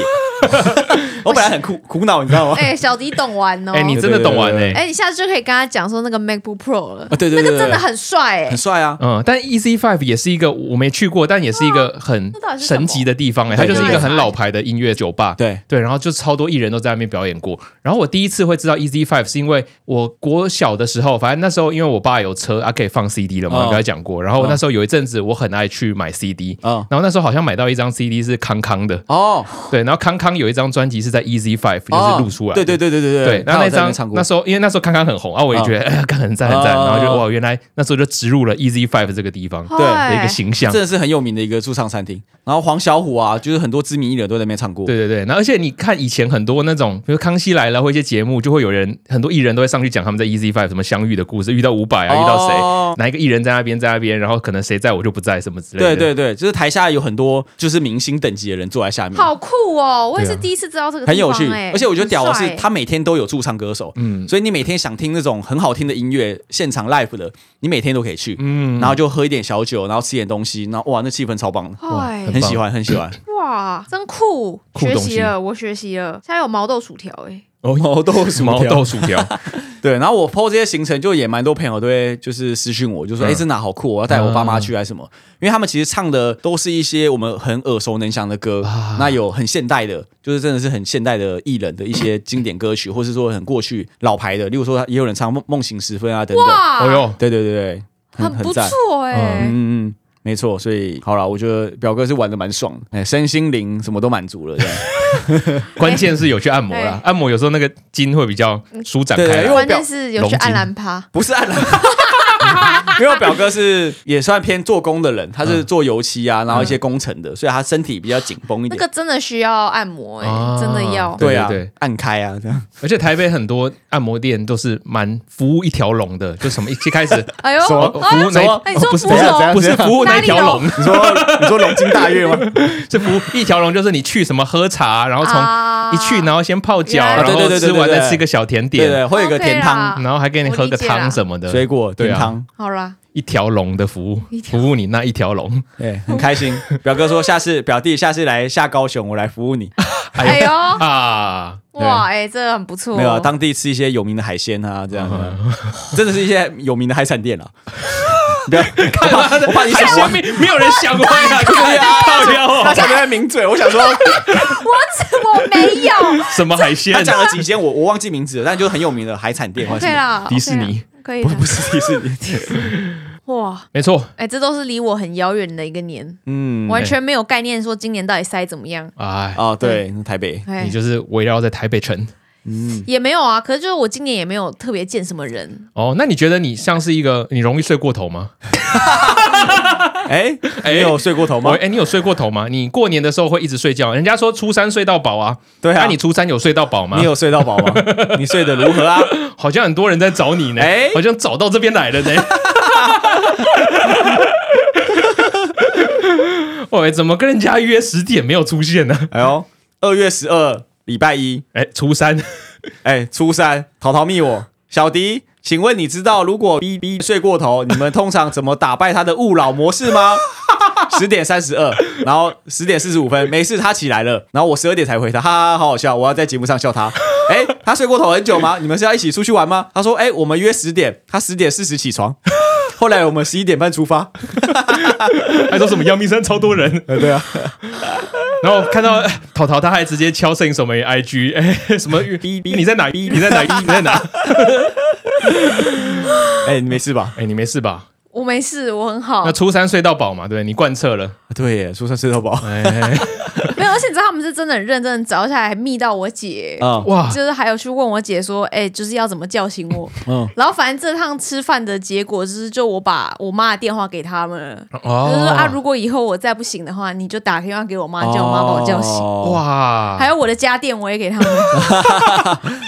Speaker 2: 我本来很苦苦恼，你知道吗？
Speaker 3: 哎，小迪懂玩哦，
Speaker 1: 哎，你真的懂玩哎，
Speaker 3: 哎，你下次就可以跟他讲说那个 MacBook Pro 了
Speaker 2: 啊，，对
Speaker 3: 那
Speaker 2: 对对
Speaker 3: 个
Speaker 2: 对，
Speaker 3: 真的很帅哎
Speaker 2: 很，帅啊！
Speaker 1: 嗯，但 EZ Five 也是一个我没去过，但也是一个很
Speaker 3: 哦那到底是什么
Speaker 1: 神奇的地方哎、它就是一个很老牌的音乐酒吧。
Speaker 2: 对
Speaker 1: 对，然后就超多艺人都在那边表演过。然后我第一次会知道 EZ Five 是因为我国小的时候，反正那时候因为我爸有车啊，可以放 CD 了嘛，
Speaker 2: 哦
Speaker 1: 我刚才讲过。然后
Speaker 2: 哦
Speaker 1: 那时候有一阵子我很爱去买 CD，、
Speaker 2: 哦
Speaker 1: 然后那时候好像买到一张 CD 是康康的，
Speaker 2: 哦，
Speaker 1: 对，然后康康有一张专辑是在 EZ Five 就是录出来的
Speaker 2: 对对对对对
Speaker 1: 对，然
Speaker 2: 他
Speaker 1: 后那
Speaker 2: 有在边
Speaker 1: 张
Speaker 2: 唱过嗯
Speaker 1: 那，时候因为那时候康康很红啊，我也觉得哎呀，康很赞很赞，
Speaker 2: 哦
Speaker 1: 然后就哇，原来那时候就植入了 EZ Five 这个地方
Speaker 2: 对
Speaker 1: 的
Speaker 3: 嗨
Speaker 1: 一个形象
Speaker 2: 真。的是很有名的一个驻唱餐厅。然后黄小虎啊，就是很多知名艺人都在那边唱过。
Speaker 1: 对对对，然后而且你看以前很多那种，比如《康熙来了》或一些节目，就会有人很多艺人都会上去讲他们在 EZ Five 什么相遇的故事，遇到伍佰啊，遇到谁，
Speaker 2: 哦
Speaker 1: 哪一个艺人在那边在那边，然后可能谁在我就不在什么之类的。
Speaker 2: 对对对，就是台下有很多就是明星等级的人坐在下面。
Speaker 3: 好酷哦！我也是
Speaker 1: 对啊
Speaker 3: 第一次知道这个
Speaker 2: 很
Speaker 3: 地
Speaker 2: 有
Speaker 3: 方
Speaker 2: 趣
Speaker 3: 哎，
Speaker 2: 而且我觉得
Speaker 3: 很
Speaker 2: 屌的
Speaker 3: 帅
Speaker 2: 是，
Speaker 3: 哎
Speaker 2: 他每天都有驻唱歌手，
Speaker 1: 嗯
Speaker 2: 所以你每天想听那种很好听的音乐，现场 live 的，你每天都可以去，
Speaker 1: 嗯，
Speaker 2: 然后就喝一点小酒，然后吃点东西，然后哇，那气氛超棒的，
Speaker 1: 哇
Speaker 3: 哎
Speaker 1: 很
Speaker 2: 很喜欢，很喜欢。
Speaker 3: 哇，真酷！
Speaker 1: 酷
Speaker 3: 学
Speaker 1: 东西
Speaker 3: 习了，我学习了。现在有毛豆薯条哎、
Speaker 1: 哦
Speaker 2: 毛豆薯条
Speaker 1: 毛豆薯 条，
Speaker 3: 啊
Speaker 2: 对，然后我 PO 这些行程，就也蛮多朋友都会就是私讯我，就
Speaker 1: 嗯
Speaker 2: 说哎、这哪好酷，我要带我爸妈去还是什么？因为他们其实唱的都是一些我们很耳熟能详的歌，
Speaker 1: 啊
Speaker 2: 那有很现代的，就是真的是很现代的艺人的一些经典歌曲，或是说很过去老牌的，例如说也有人唱《梦梦醒时分》啊等等。
Speaker 3: 哇，
Speaker 1: 哦哟，
Speaker 2: 对对对对，很
Speaker 3: 很不
Speaker 2: 赞。
Speaker 3: 错哎、
Speaker 2: 嗯嗯，没错，所以好了，我觉得表哥是玩的蛮爽的，哎，身心灵什么都满足了，这样
Speaker 1: 关键是有去按摩啦
Speaker 3: 哎，
Speaker 1: 按摩有时候那个筋会比较
Speaker 3: 嗯
Speaker 1: 舒展
Speaker 2: 对
Speaker 1: 开
Speaker 2: 对因
Speaker 1: 啦
Speaker 2: 为。我
Speaker 3: 关
Speaker 2: 表
Speaker 3: 键是有去暗蓝趴，
Speaker 2: 不是 按了。因为我表哥是也算偏做工的人，他是做油漆啊，然后一些工程的，所以他身体比较紧绷一
Speaker 3: 那
Speaker 2: 点。
Speaker 3: 个真的需要按摩哎、
Speaker 1: 啊
Speaker 3: 真的要。
Speaker 2: 对啊，
Speaker 1: 对对对
Speaker 2: 按开啊，这样。
Speaker 1: 而且台北很多按摩店都是蛮服务一条龙的，就什么一一 开始哦
Speaker 3: 哎呦，
Speaker 1: 服务哪一
Speaker 2: 什么哦
Speaker 3: 哎你说
Speaker 1: 不是
Speaker 3: 服务
Speaker 1: 不是
Speaker 3: 龙
Speaker 1: 不是服务哪一条龙，
Speaker 2: 你说你说龙津大悦吗？
Speaker 1: 是服务一条龙，就是你去什么喝茶，然后从
Speaker 3: 啊
Speaker 1: 一去，然后先泡
Speaker 3: 原
Speaker 1: 脚，
Speaker 3: 来
Speaker 1: 然
Speaker 2: 对对
Speaker 1: 后
Speaker 2: 对对
Speaker 1: 吃
Speaker 2: 对
Speaker 1: 完
Speaker 2: 对
Speaker 1: 再吃一个小甜
Speaker 2: 对
Speaker 1: 点，
Speaker 2: 对，会有一个
Speaker 3: OK
Speaker 2: 甜汤、
Speaker 3: 啦
Speaker 1: 然后还给你喝个
Speaker 3: 我理解啦
Speaker 1: 汤什么的，
Speaker 2: 水果
Speaker 1: 对
Speaker 2: 甜
Speaker 1: 啊
Speaker 2: 汤，
Speaker 3: 好啦，
Speaker 1: 一条龙的服务，服务你那一条龙。
Speaker 2: 对，啊很开心。表哥说下次表弟下次来下高雄，我来服务你。
Speaker 3: 哎呦，
Speaker 1: 啊，
Speaker 3: 哇，哎、这个很不错。
Speaker 2: 没有啊，当地吃一些有名的海鲜啊，这样的， 真的是一些有名的海产店 了。不要，我怕我怕你
Speaker 1: 海
Speaker 2: 想
Speaker 1: 鲜
Speaker 2: 歪。
Speaker 1: 没没有人想歪 啊，
Speaker 2: 对啊
Speaker 1: 靠腰哦
Speaker 2: 他才在抿嘴，我想说
Speaker 3: 我怎么没有
Speaker 1: 什么海鲜
Speaker 2: 他？讲了几间，我我忘记名字了，但就是很有名的海产店或者
Speaker 3: ？OK
Speaker 2: 什么，
Speaker 3: 啦，
Speaker 1: 迪士尼
Speaker 3: OK 啦可以
Speaker 2: 不
Speaker 3: 啦
Speaker 2: 不是迪士尼。
Speaker 3: 哇，
Speaker 1: 没错
Speaker 3: 哎、这都是离我很遥远的一个年，
Speaker 2: 嗯，
Speaker 3: 完全没有概念说今年到底塞怎么样。
Speaker 1: 哎，
Speaker 2: 哦，对，台北，
Speaker 3: 哎
Speaker 1: 你就是围绕在台北城
Speaker 2: 嗯，
Speaker 3: 也没有啊，可是就是我今年也没有特别见什么人，
Speaker 1: 哦。那你觉得你像是一个你容易睡过头吗？
Speaker 2: 哎
Speaker 1: 哎
Speaker 2: 你有睡过头
Speaker 1: 我
Speaker 2: 吗？
Speaker 1: 哎，你有睡过头吗？你过年的时候会一直睡觉？人家说初三睡到饱啊，
Speaker 2: 对
Speaker 1: 那
Speaker 2: 啊，
Speaker 1: 你初三有睡到饱吗
Speaker 2: 你？有睡到饱吗？你睡得如何啊？
Speaker 1: 好像很多人在找你呢
Speaker 2: 哎，
Speaker 1: 好像找到这边来了呢。喂，怎么跟人家约十点没有出现呢？
Speaker 2: 哎呦，二月十二，礼拜一，
Speaker 1: 哎，初三，
Speaker 2: 哎，初三，淘淘密我，小迪，请问你知道如果 B B 睡过头，你们通常怎么打败他的勿扰模式吗？ 十点三十二，然后十点四十五分，没事，他起来了，然后我十二点才回他，哈哈，好好笑，我要在节目上笑他。哎，他睡过头很久吗？你们是要一起出去玩吗？他说，哎，我们约十点，他十点四十起床，后来我们十一点半出发。
Speaker 1: 还说什么阳明山超多人，
Speaker 2: 呃，对啊，
Speaker 1: 然后看到哎淘淘，他还直接敲摄影手们 IG，哎，什么
Speaker 2: 哔哔
Speaker 1: 你在哪？你在哪？你在哪？
Speaker 2: 哎，你没事吧？
Speaker 1: 哎，你没事吧？
Speaker 3: 我没事，我很好
Speaker 1: 那。初三睡到饱嘛，对不对你贯彻了。
Speaker 2: 对耶，出生睡到饱。
Speaker 1: 哎，
Speaker 3: 没有，而且你知道他们是真的很认真地找下来，还密到我姐。
Speaker 2: 啊，
Speaker 1: 哇，
Speaker 3: 就是还有去问我姐说，哎、就是要怎么叫醒我？
Speaker 2: 嗯
Speaker 3: 然后反正这趟吃饭的结果就是，就我把我妈的电话给他们了，
Speaker 1: 哦
Speaker 3: 就是说啊，如果以后我再不醒的话，你就打电话给我妈，叫我
Speaker 2: 哦
Speaker 3: 妈把我叫醒。
Speaker 2: 哇，
Speaker 1: 哇，
Speaker 3: 还有我的家电我也给 他们，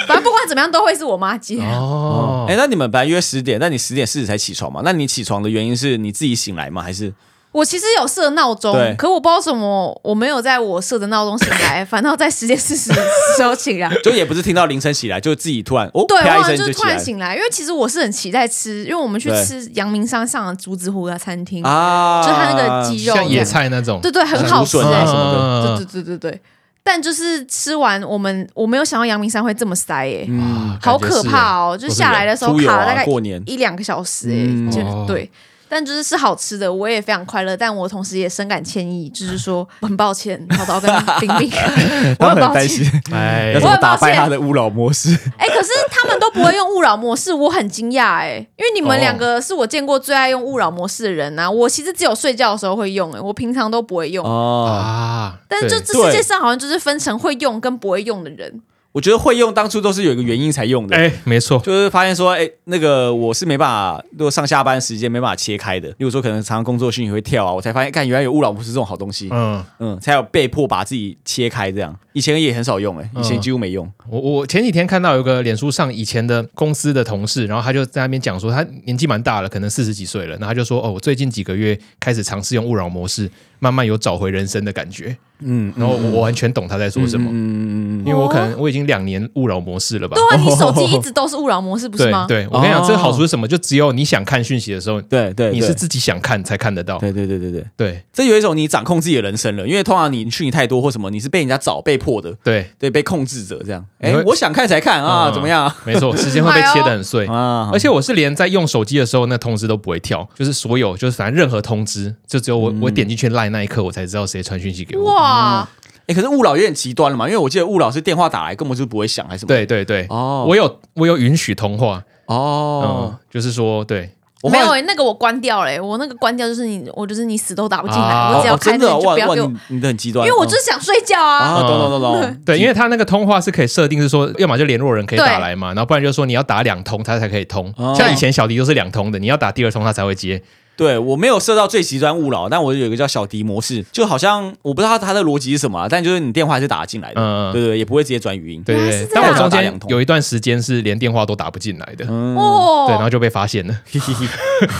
Speaker 3: 反正不管怎么样都会是我妈接。
Speaker 1: 哦，
Speaker 2: 哎，那你们本来约十点，那你十点四十才起床嘛？那你起床的原因是你自己醒来吗？还是
Speaker 3: 我其实有设闹钟
Speaker 2: 对，
Speaker 3: 可我不知道为什么我没有在我设的闹钟醒 来，反倒在十点四十时候醒来。
Speaker 2: 就也不是听到铃声起来，就自己突然哦，
Speaker 3: 对，我
Speaker 2: 啪
Speaker 3: 好
Speaker 2: 一
Speaker 3: 像
Speaker 2: 声
Speaker 3: 就是
Speaker 2: 起
Speaker 3: 突然
Speaker 2: 来
Speaker 3: 醒来，因为其实我是很期待吃，因为我们去
Speaker 2: 对
Speaker 3: 吃阳明山上的竹子湖的餐厅，
Speaker 2: 啊，
Speaker 3: 就是它那个鸡肉
Speaker 1: 像野菜那种，
Speaker 3: 对对，很好吃、
Speaker 2: 芦笋啊
Speaker 3: 哎
Speaker 2: 什么的
Speaker 1: 嗯
Speaker 3: 对对对对对。但就是吃完，我们我没有想到阳明山会这么塞哎、
Speaker 2: 嗯，
Speaker 3: 好可怕哦！就
Speaker 1: 都是
Speaker 3: 下来的时候
Speaker 2: 出游
Speaker 3: 卡了
Speaker 2: 啊
Speaker 3: 大概
Speaker 2: 过年
Speaker 3: 一两个小时哎、
Speaker 2: 嗯
Speaker 3: 就
Speaker 1: 哦
Speaker 3: 对。但就是是好吃的，我也非常快乐，但我同时也深感歉意，就是说很抱歉，淘 淘跟冰冰，我
Speaker 2: 他
Speaker 3: 很
Speaker 2: 们很
Speaker 3: 抱歉
Speaker 2: 担心。
Speaker 1: 哎
Speaker 2: 要怎，么
Speaker 3: 我很抱
Speaker 2: 打败
Speaker 3: 歉
Speaker 2: 他的勿扰模式？
Speaker 3: 哎、可是他们都不会用勿扰模式，我很惊讶哎，因为你们
Speaker 1: 哦
Speaker 3: 两个是我见过最爱用勿扰模式的人呐、啊我其实只有睡觉的时候会用哎、我平常都不会用。
Speaker 2: 哦，
Speaker 1: 啊，
Speaker 3: 但是就这
Speaker 2: 对
Speaker 3: 世界上好像就是分成会用跟不会用的人，
Speaker 2: 我觉得会用当初都是有一个原因才用的，
Speaker 1: 哎，没错，
Speaker 2: 就是发现说，哎、那个我是没办法，如果上下班时间没办法切开的，例如说可能常常工作讯息会跳啊，我才发现，看原来有勿扰模式这种好东西，
Speaker 1: 嗯，
Speaker 2: 嗯，才有被迫把自己切开这样。以前也很少用、哎，以前几乎没用。
Speaker 1: 我我前几天看到有个脸书上以前的公司的同事，然后他就在那边讲说，他年纪蛮大了，可能四十几岁了，然后他就说，哦，我最近几个月开始尝试用勿扰模式，慢慢有找回人生的感觉。
Speaker 2: 嗯，
Speaker 1: 然后我我完全懂他在说什么，
Speaker 2: 嗯嗯嗯嗯嗯，
Speaker 1: 因为我可能我已经两年勿扰模式了吧
Speaker 3: 哦对？啊，你手机一直都是勿扰模式，不是
Speaker 1: 对
Speaker 3: 吗？
Speaker 1: 对，我跟你讲，
Speaker 2: 哦
Speaker 1: 这个好处是什么？就只有你想看讯息的时候，
Speaker 2: 对对，
Speaker 1: 你
Speaker 2: 对
Speaker 1: 是自己想看才看得到。
Speaker 2: 对对对对对，
Speaker 1: 对
Speaker 2: 这有一种你掌控自己的人生了，因为通常你讯息太多或什么，你是被人家找、被迫的，
Speaker 1: 对，
Speaker 2: 对，被控制着这样。哎
Speaker 1: 你会，
Speaker 2: 我想看才看啊，
Speaker 1: 嗯
Speaker 2: 怎么样
Speaker 1: 没错，时间会
Speaker 3: 哎
Speaker 1: 被切得很碎。
Speaker 2: 啊？
Speaker 1: 而且我是连在用手机的时候，那通知都不会跳，就是所有就是反正任何通知，就只有我、我点进去赖那一刻，我才知道谁传讯息给我。
Speaker 3: 哇，
Speaker 2: 哎，可是勿扰有点极端了嘛，因为我记得勿扰是电话打来根本就不会响还是什么？，
Speaker 1: 对对对，
Speaker 2: 哦
Speaker 1: 我有我有允许通话，
Speaker 2: 哦
Speaker 1: 嗯，，就是说对，
Speaker 2: 我后
Speaker 3: 没
Speaker 2: 来
Speaker 3: 有、欸、那个我关掉了、欸，我那个关掉就是你，我就是你死都打不进来，
Speaker 1: 啊
Speaker 3: 我只要
Speaker 2: 哦，
Speaker 3: 开
Speaker 2: 真
Speaker 3: 那
Speaker 2: 的
Speaker 3: 个
Speaker 2: 哦
Speaker 3: 你就
Speaker 2: 哇
Speaker 3: 不要
Speaker 2: 哇，
Speaker 3: 给我，
Speaker 2: 你你的很极
Speaker 3: 因
Speaker 2: 端，
Speaker 3: 为我
Speaker 2: 嗯
Speaker 3: 就是想睡觉啊。
Speaker 2: 啊，
Speaker 1: 嗯
Speaker 2: 懂懂懂 懂，
Speaker 1: 对，因为他那个通话是可以设定是说，要么就联络人可以
Speaker 3: 对
Speaker 1: 打来嘛，然后不然就说你要打两通，他才可以通。
Speaker 2: 哦
Speaker 1: 像以前小迪都是两通的，你要打第二通他才会接。
Speaker 2: 对我没有设到最极端勿扰，但我有一个叫小迪模式，就好像我不知道它的逻辑是什么啊，但就是你电话还是打得进来的，
Speaker 1: 嗯，
Speaker 2: 对对，对也不会直接转语音。
Speaker 1: 对对
Speaker 3: 原来是
Speaker 1: 对。
Speaker 3: 这
Speaker 1: 但
Speaker 3: 样
Speaker 1: 我中
Speaker 2: 打
Speaker 1: 间
Speaker 2: 两通
Speaker 1: 有一段时间是连电话都打不进来的，
Speaker 3: 哦，
Speaker 1: 对，然后就被发现了。
Speaker 2: 嘿嘿嘿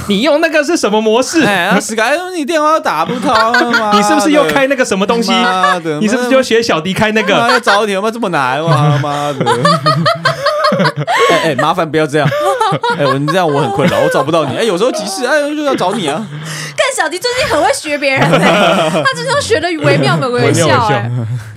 Speaker 1: 你用那个是什么模式？
Speaker 2: 哎，那史凯，你电话打不通 啊
Speaker 1: 你是不是又开那个什么东西？
Speaker 2: 妈的
Speaker 1: 你是不是就学小迪开那
Speaker 2: 妈
Speaker 1: 个？
Speaker 2: 要找你？有没啊有这么难？ 哇妈的！哎哎，麻烦不要这 样！哎，我你这样我很困扰，我找不到你。哎，有时候急事，哎，就要找你啊。
Speaker 3: 但小迪最近很会学别人、欸，他真的学的惟妙惟
Speaker 1: 惟妙
Speaker 3: 肖、
Speaker 1: 惟肖
Speaker 3: 欸。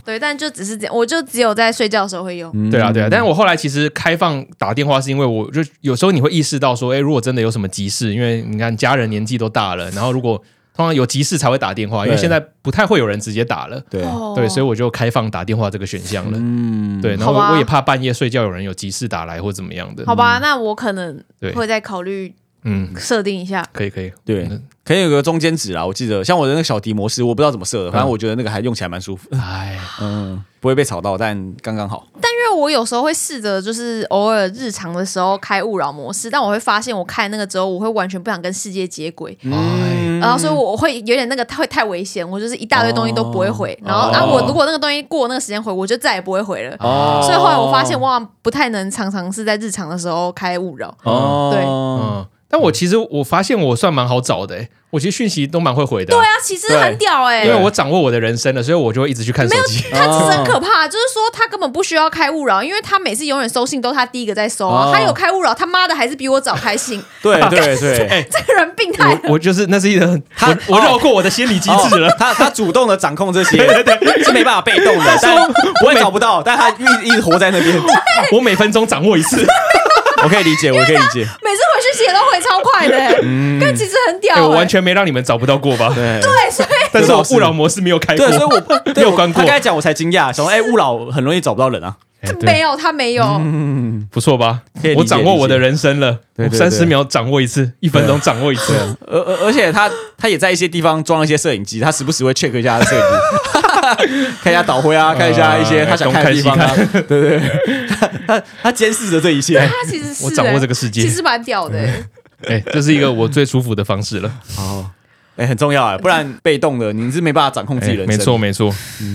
Speaker 3: 对，但就只是这样，我就只有在睡觉的时候会
Speaker 2: 嗯
Speaker 3: 用。
Speaker 1: 对啊，对啊，但是我后来其实开放打电话，是因为我就有时候你会意识到说，哎，如果真的有什么急事，因为你看家人年纪都大了，然后如果通常有急事才会打电话，因为
Speaker 2: 对
Speaker 1: 现在不太会有人直接打了，
Speaker 2: 对
Speaker 3: 哦
Speaker 1: 对，所以我就开放打电话这个选项了。
Speaker 2: 嗯，
Speaker 1: 对，然后
Speaker 3: 好吧
Speaker 1: 我也怕半夜睡觉有人有急事打来或怎么样的。
Speaker 3: 好，吧，那我可能
Speaker 1: 对
Speaker 3: 会再考虑
Speaker 1: 嗯，
Speaker 3: 设定一下。
Speaker 1: 可以可以，
Speaker 2: 对
Speaker 1: 嗯，
Speaker 2: 可能有个中间值啦。我记得像我的那个小迪模式，我不知道怎么设的，反正我觉得那个还用起来蛮 舒服，
Speaker 1: 哎，
Speaker 2: 嗯，不会被吵到，但刚刚好。
Speaker 3: 但因为我有时候会试着，就是偶尔日常的时候开勿扰模式，但我会发现我开那个之后，我会完全不想跟世界接轨。
Speaker 2: 嗯
Speaker 1: 哎
Speaker 3: 然后所以我会有点那个会太危险，我就是一大堆东西都不会回。
Speaker 2: 哦
Speaker 3: 然后啊，
Speaker 2: 哦
Speaker 3: 我如果那个东西过那个时间回，我就再也不会回了。
Speaker 2: 哦
Speaker 3: 所以后来我发现，我好像不太能常常是在日常的时候开勿扰。
Speaker 2: 哦，
Speaker 1: 嗯，但我其实我发现我算蛮好找的，哎我其实讯息都蛮会回的
Speaker 3: 对
Speaker 1: 啊。
Speaker 3: 啊，其实很屌哎、
Speaker 1: 因为我掌握我的人生了，所以我就会一直去看手机。
Speaker 3: 他其实很可怕，就是说他根本不需要开勿扰，因为他每次永远收信都是他第一个在收啊。
Speaker 2: 哦
Speaker 3: 他有开勿扰，他妈的还是比我早开信，
Speaker 2: 对 对 对，
Speaker 3: 这个人病态。
Speaker 1: 我就是那是一个很，我我绕过我的心理机制了。
Speaker 2: 哦他他主动的掌控这些，是没办法被动的，但我也找不到，但他一一直活在那边。
Speaker 1: 我每分钟掌握一次。
Speaker 2: 我可以 理解，我可以理解，
Speaker 3: 每次回讯息也都回超快的、 欸，但其实很屌、
Speaker 1: 哎，
Speaker 3: 欸
Speaker 1: 我完全没让你们找不到过吧？
Speaker 2: 对
Speaker 3: 对，所以
Speaker 1: 但是我勿扰模式没有开过
Speaker 2: 对，。所 以我
Speaker 1: 没
Speaker 2: 对
Speaker 1: 有
Speaker 2: 我
Speaker 1: 关过
Speaker 2: 他刚才讲我才惊讶，想说哎，勿扰很容易找不到人啊。
Speaker 1: 哎对嗯
Speaker 3: 没有他没有，
Speaker 1: 不错吧
Speaker 2: 可以理？解
Speaker 1: 我掌握我的人生了，
Speaker 2: 对对对
Speaker 1: 三十秒掌握一次，一分钟掌握一 次。
Speaker 2: 而而而且他他也在一些地方装了一些摄影机，他时不时会 check 一下他的摄影 机，看一下导灰啊，看一下一些他想看的地方啊。 对对，哎他他他监视着这一切
Speaker 3: 他。其实是、欸、
Speaker 1: 我掌握这个世界
Speaker 3: 其实蛮屌的、欸。
Speaker 1: 哎，这是一个我最舒服的方式了。
Speaker 2: 哦，哎，很重要啊，不然被动的你是没办法掌控自己
Speaker 1: 哎
Speaker 2: 人生。
Speaker 1: 没错，没错，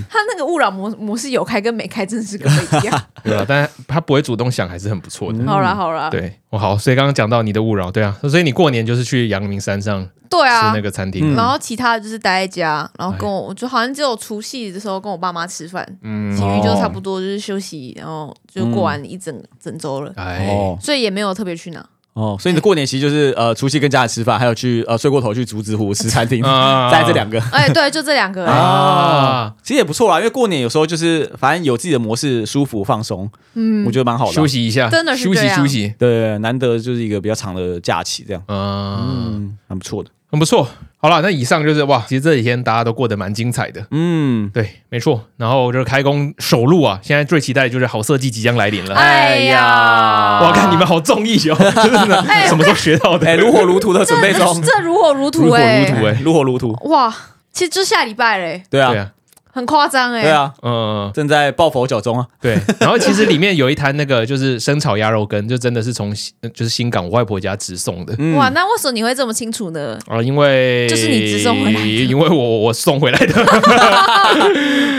Speaker 3: 他那个勿扰模模式有开跟没开，真是跟不一样。
Speaker 1: 对啊，但他不会主动想，还是很不错的。
Speaker 3: 好啦好啦，
Speaker 1: 嗯对，我好，所以刚刚讲到你的勿扰，对啊，所以你过年就是去阳明山上吃
Speaker 3: 对啊
Speaker 1: 那，个嗯餐厅，
Speaker 3: 然后其他的就是待在家，然后跟我，我就好像只有除夕的时候跟我爸妈吃饭，
Speaker 1: 嗯
Speaker 3: 其哦余就差不多就是休息，然后就过完一整、整周了，
Speaker 1: 哎，
Speaker 2: 哦
Speaker 3: 所以也没有特别去哪。
Speaker 2: 哦，所以你的过年其实就是呃，除夕跟家人吃饭，还有去呃睡过头去竹子湖吃餐厅，
Speaker 1: 啊
Speaker 2: 在这两个。
Speaker 3: 哎，对，就这两个、
Speaker 2: 啊
Speaker 3: 哎
Speaker 1: 啊，
Speaker 2: 其实也不错啦，因为过年有时候就是反正有自己的模式，舒服放松，嗯，我觉得蛮好的啊。
Speaker 1: 休息一下，
Speaker 3: 真的是
Speaker 1: 休
Speaker 3: 这
Speaker 1: 息
Speaker 3: 样
Speaker 1: 休息，
Speaker 2: 对，对，对难得就是一个比较长的假期，这样，
Speaker 1: 嗯，
Speaker 2: 嗯，蛮不错的。
Speaker 1: 很不错。好了，那以上就是哇，其实这几天大家都过得蛮精彩的，
Speaker 2: 嗯，
Speaker 1: 对，没错。然后就是开工首录啊，现在最期待的就是好设计即将来临了。
Speaker 3: 哎呀，
Speaker 1: 哇，看你们好中意哦， 真的
Speaker 3: 哎
Speaker 1: 什么时候学到的？
Speaker 2: 哎，如火如荼的准备
Speaker 3: 这
Speaker 2: 中
Speaker 3: 这，这如火如
Speaker 1: 如
Speaker 3: 荼
Speaker 1: 火
Speaker 3: 哎、
Speaker 1: 如荼哎，
Speaker 2: 如火如荼，
Speaker 3: 哇，其实就下礼拜嘞、
Speaker 2: 对
Speaker 1: 对
Speaker 2: 啊，
Speaker 1: 啊，
Speaker 3: 很夸张哎，
Speaker 2: 对啊，
Speaker 1: 嗯，
Speaker 2: 正在抱佛脚中啊，
Speaker 1: 对。然后其实里面有一摊那个就是生炒鸭肉羹，就真的是从新就是新港我外婆家直送的。
Speaker 2: 嗯
Speaker 3: 哇，那为什么你会这么清楚呢？
Speaker 1: 啊，因为
Speaker 3: 就是你直送回来的
Speaker 1: 因为我我送回来 的，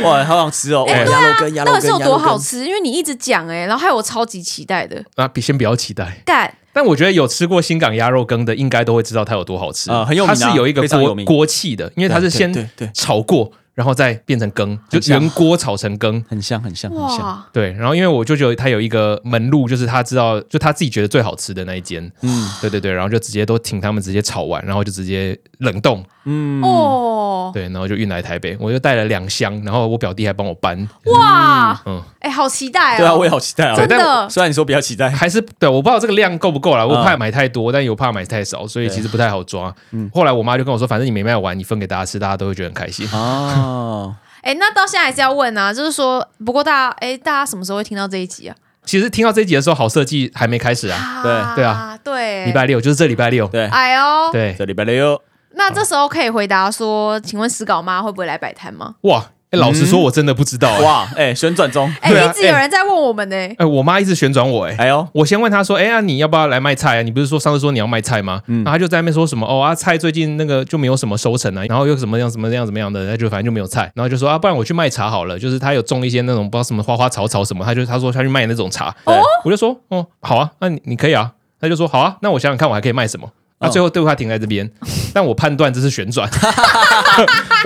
Speaker 2: 哇，好想吃哦，哇
Speaker 3: 哎
Speaker 2: 鸭肉羹，鸭肉
Speaker 3: 到底
Speaker 2: 羹，
Speaker 3: 是有
Speaker 2: 鸭肉
Speaker 3: 多好
Speaker 2: 羹，
Speaker 3: 吃？因为你一直讲哎、然后害我超级期待的，
Speaker 1: 啊，比先不要期待。
Speaker 3: 干，
Speaker 1: 但但我觉得有吃过新港鸭肉羹的，应该都会知道它有多好吃
Speaker 2: 呃很有名啊
Speaker 1: 它是有一个
Speaker 2: 非常有
Speaker 1: 锅
Speaker 2: 名
Speaker 1: 锅气的，因为它是先
Speaker 2: 对对对
Speaker 1: 炒过，然后再变成羹，就
Speaker 2: 很像
Speaker 1: 原锅炒成羹。
Speaker 2: 很像很像很像，
Speaker 3: 哇，
Speaker 1: 对，然后因为我舅舅他有一个门路，就是他知道，就他自己觉得最好吃的那一间，
Speaker 2: 嗯
Speaker 1: 对对对，然后就直接都请他们直接炒完，然后就直接冷冻，
Speaker 2: 嗯
Speaker 3: 哦，
Speaker 1: 对，然后就运来台北，我就带了两箱，然后我表弟还帮我搬，
Speaker 3: 哇，
Speaker 1: 嗯，
Speaker 3: 哎，好期待哦！
Speaker 2: 对啊，我也好期待
Speaker 1: 对
Speaker 2: 啊。
Speaker 3: 真
Speaker 1: 但
Speaker 3: 的，
Speaker 2: 虽然你说比较期 待，
Speaker 1: 还是对，我不知道这个量够不够啦，我
Speaker 2: 嗯
Speaker 1: 怕买太多，但有怕买太少，所以其实不太好抓。后来我妈就跟我说，反正你没卖完，你分给大家吃，大家都会觉得很开心。
Speaker 2: 哦，
Speaker 3: 哎，那到现在还是要问啊，就是说，不过大家，哎，大家什么时候会听到这一集啊？
Speaker 1: 其实听到这一集的时候，好设计还没开始啊，
Speaker 3: 啊
Speaker 1: 对啊，
Speaker 3: 对，
Speaker 1: 礼拜六就是这礼拜六，
Speaker 2: 对，
Speaker 3: 哎呦，
Speaker 1: 对，
Speaker 2: 这礼拜六
Speaker 3: 那这时候可以回答说，请问石稿妈会不会来摆摊 吗？
Speaker 1: 哇，诶老实说，我真的不知道、嗯哇，
Speaker 2: 哇，哎，旋转中，
Speaker 3: 哎、嗯
Speaker 1: 对啊
Speaker 3: 一直有人在问我们呢、
Speaker 1: 哎，我妈一直旋转我、诶哎。
Speaker 2: 哎呦，
Speaker 1: 我先问她说：“哎、呀、你要不要来卖菜啊？你不是说上次说你要卖菜吗？”
Speaker 2: 嗯
Speaker 1: 然后她就在那边说什么：“哦啊，菜最近那个就没有什么收成啊，然后又怎么样怎么样怎么样的，那就反正就没有菜。”然后就说：“啊，不然我去卖茶好了。”就是她有种一些那种不知道什么花花草草什么，她就她说她去卖那种茶。
Speaker 2: 对
Speaker 1: 我就说：“哦，好啊，那你你可以啊。”她就说：“好啊，那我想想看我还可以卖什么。”那
Speaker 2: 哦
Speaker 1: 最后对话停在这 边，但我判断这是旋转，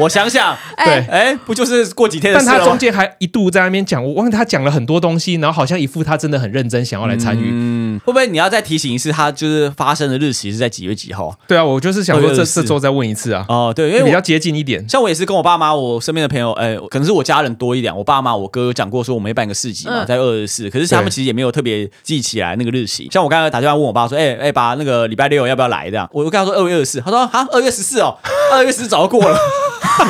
Speaker 2: 我想想，
Speaker 1: 对。
Speaker 2: 哎，不就是哦过几天的
Speaker 1: 但
Speaker 2: 事
Speaker 1: 他
Speaker 2: 了
Speaker 1: 中
Speaker 2: 吗？
Speaker 1: 间还一度在那边讲，我忘记他讲了很多东西，然后好像一副他真的很认真想要来参与，
Speaker 2: 嗯，会不会你要再提醒一次，它就是发生的日期是在几月几号？
Speaker 1: 对啊，我就是想说这
Speaker 2: 224
Speaker 1: 这周再问一次啊，
Speaker 2: 哦，对，因
Speaker 1: 比
Speaker 2: 为
Speaker 1: 较
Speaker 2: 我
Speaker 1: 接近一点。
Speaker 2: 像我也是跟我爸妈，我身边的朋友，哎，可能是我家人多一点，我爸妈、我哥有讲过说我们会办个市集嘛，
Speaker 3: 嗯
Speaker 2: 在二十四，可是他们
Speaker 1: 对
Speaker 2: 其实也没有特别记起来那个日期。像我刚才打电话问我爸说，哎哎，爸，那个礼拜六要不要来？这样，我就跟他说二月二十四，他说啊，二月十四哦，二月十四早就过了。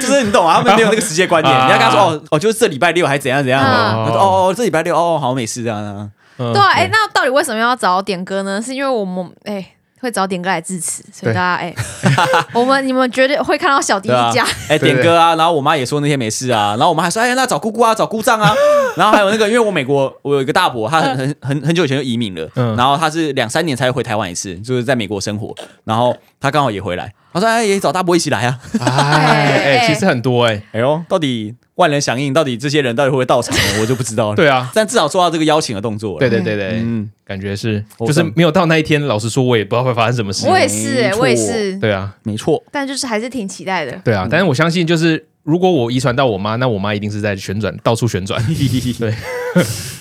Speaker 2: 就是你懂啊，他们没有那个时间观念。
Speaker 1: 啊
Speaker 2: 你要跟他说哦哦，就是这礼拜六还怎样怎样
Speaker 1: 嗯
Speaker 2: 哦，他说哦哦，这礼拜六哦，好没事这样啊。
Speaker 1: 嗯
Speaker 3: 对啊，哎、那到底为什么要找点歌呢？是因为我们哎、会找点歌来支持，所以
Speaker 1: 对
Speaker 3: 大家哎， 我们你们绝对会看到小弟
Speaker 2: 对啊
Speaker 3: 弟家，，
Speaker 2: 哎、
Speaker 1: 对
Speaker 2: 点歌啊，然后我妈也说那天没事啊，然后我妈还说，哎，那找姑姑啊，找姑 丈啊，然后还有那个，因为我美国我有一个大伯，他很很很很久以前就移民了，
Speaker 1: 嗯
Speaker 2: 然后他是两三年才回台湾一次，就是在美国生活，然后他刚好也回来，他说，哎，也找大伯一起来啊，
Speaker 1: 哎哎，
Speaker 3: 哎
Speaker 1: 其实很多哎，
Speaker 2: 哎呦，到底万人响应，到底这些人到底会不会到场 呢，我就不知道了，
Speaker 1: 对啊，
Speaker 2: 但至少做到这个邀请的动作了，
Speaker 1: 对对对对，
Speaker 2: 嗯，
Speaker 1: 感觉是
Speaker 2: 我
Speaker 1: 就是
Speaker 2: 懂
Speaker 1: 没有到那一天，老实说，我也不知道会发生什么事。
Speaker 3: 我也是、
Speaker 2: 没
Speaker 3: 哎，
Speaker 2: 错
Speaker 3: 我也
Speaker 2: 嗯
Speaker 3: 是，
Speaker 1: 对啊，
Speaker 2: 没错，
Speaker 3: 但就是还是挺期待的。
Speaker 1: 对啊，但是我相信，就是如果我遗传到我妈，那我妈一定是在旋 转，到处旋转，对，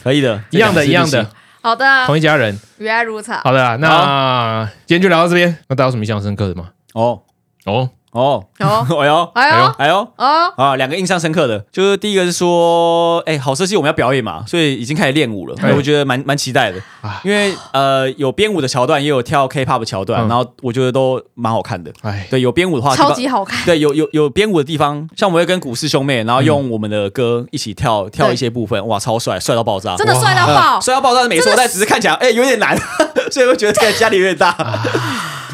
Speaker 2: 可以的，
Speaker 1: 一样的，一样
Speaker 2: 这两次就行
Speaker 1: 的，，
Speaker 3: 好的，
Speaker 1: 同一家人。
Speaker 3: 原来如此啊。
Speaker 1: 好的啊，那今天就聊到这边。那大家有什么印象深刻的吗？
Speaker 2: 哦
Speaker 1: 哦，
Speaker 2: 哦，
Speaker 3: 哦，
Speaker 2: 哎呦，
Speaker 3: 哎呦，
Speaker 2: 哎呦。
Speaker 3: 哦，
Speaker 2: 啊，两个印象深刻的，就是第一个是说，哎、好设计我们要表演嘛，所以已经开始练舞了，
Speaker 1: 对
Speaker 2: 我觉得蛮蛮期待的
Speaker 1: 啊，
Speaker 2: 因为呃有编舞的桥段，也有跳 K-pop 的桥段，
Speaker 1: 嗯
Speaker 2: 然后我觉得都蛮好看的。
Speaker 1: 哎，
Speaker 2: 对，有编舞的话，
Speaker 3: 超级好看。
Speaker 2: 对，有有有编舞的地方，像我们会跟股市兄妹，然后用我们的歌一起跳跳一些部分，哇，超帅，帅到爆炸，
Speaker 3: 真的帅到爆
Speaker 2: 呃！帅到爆炸是没错，但只是看起来哎、有点难， 所以会觉得这个压力有点大。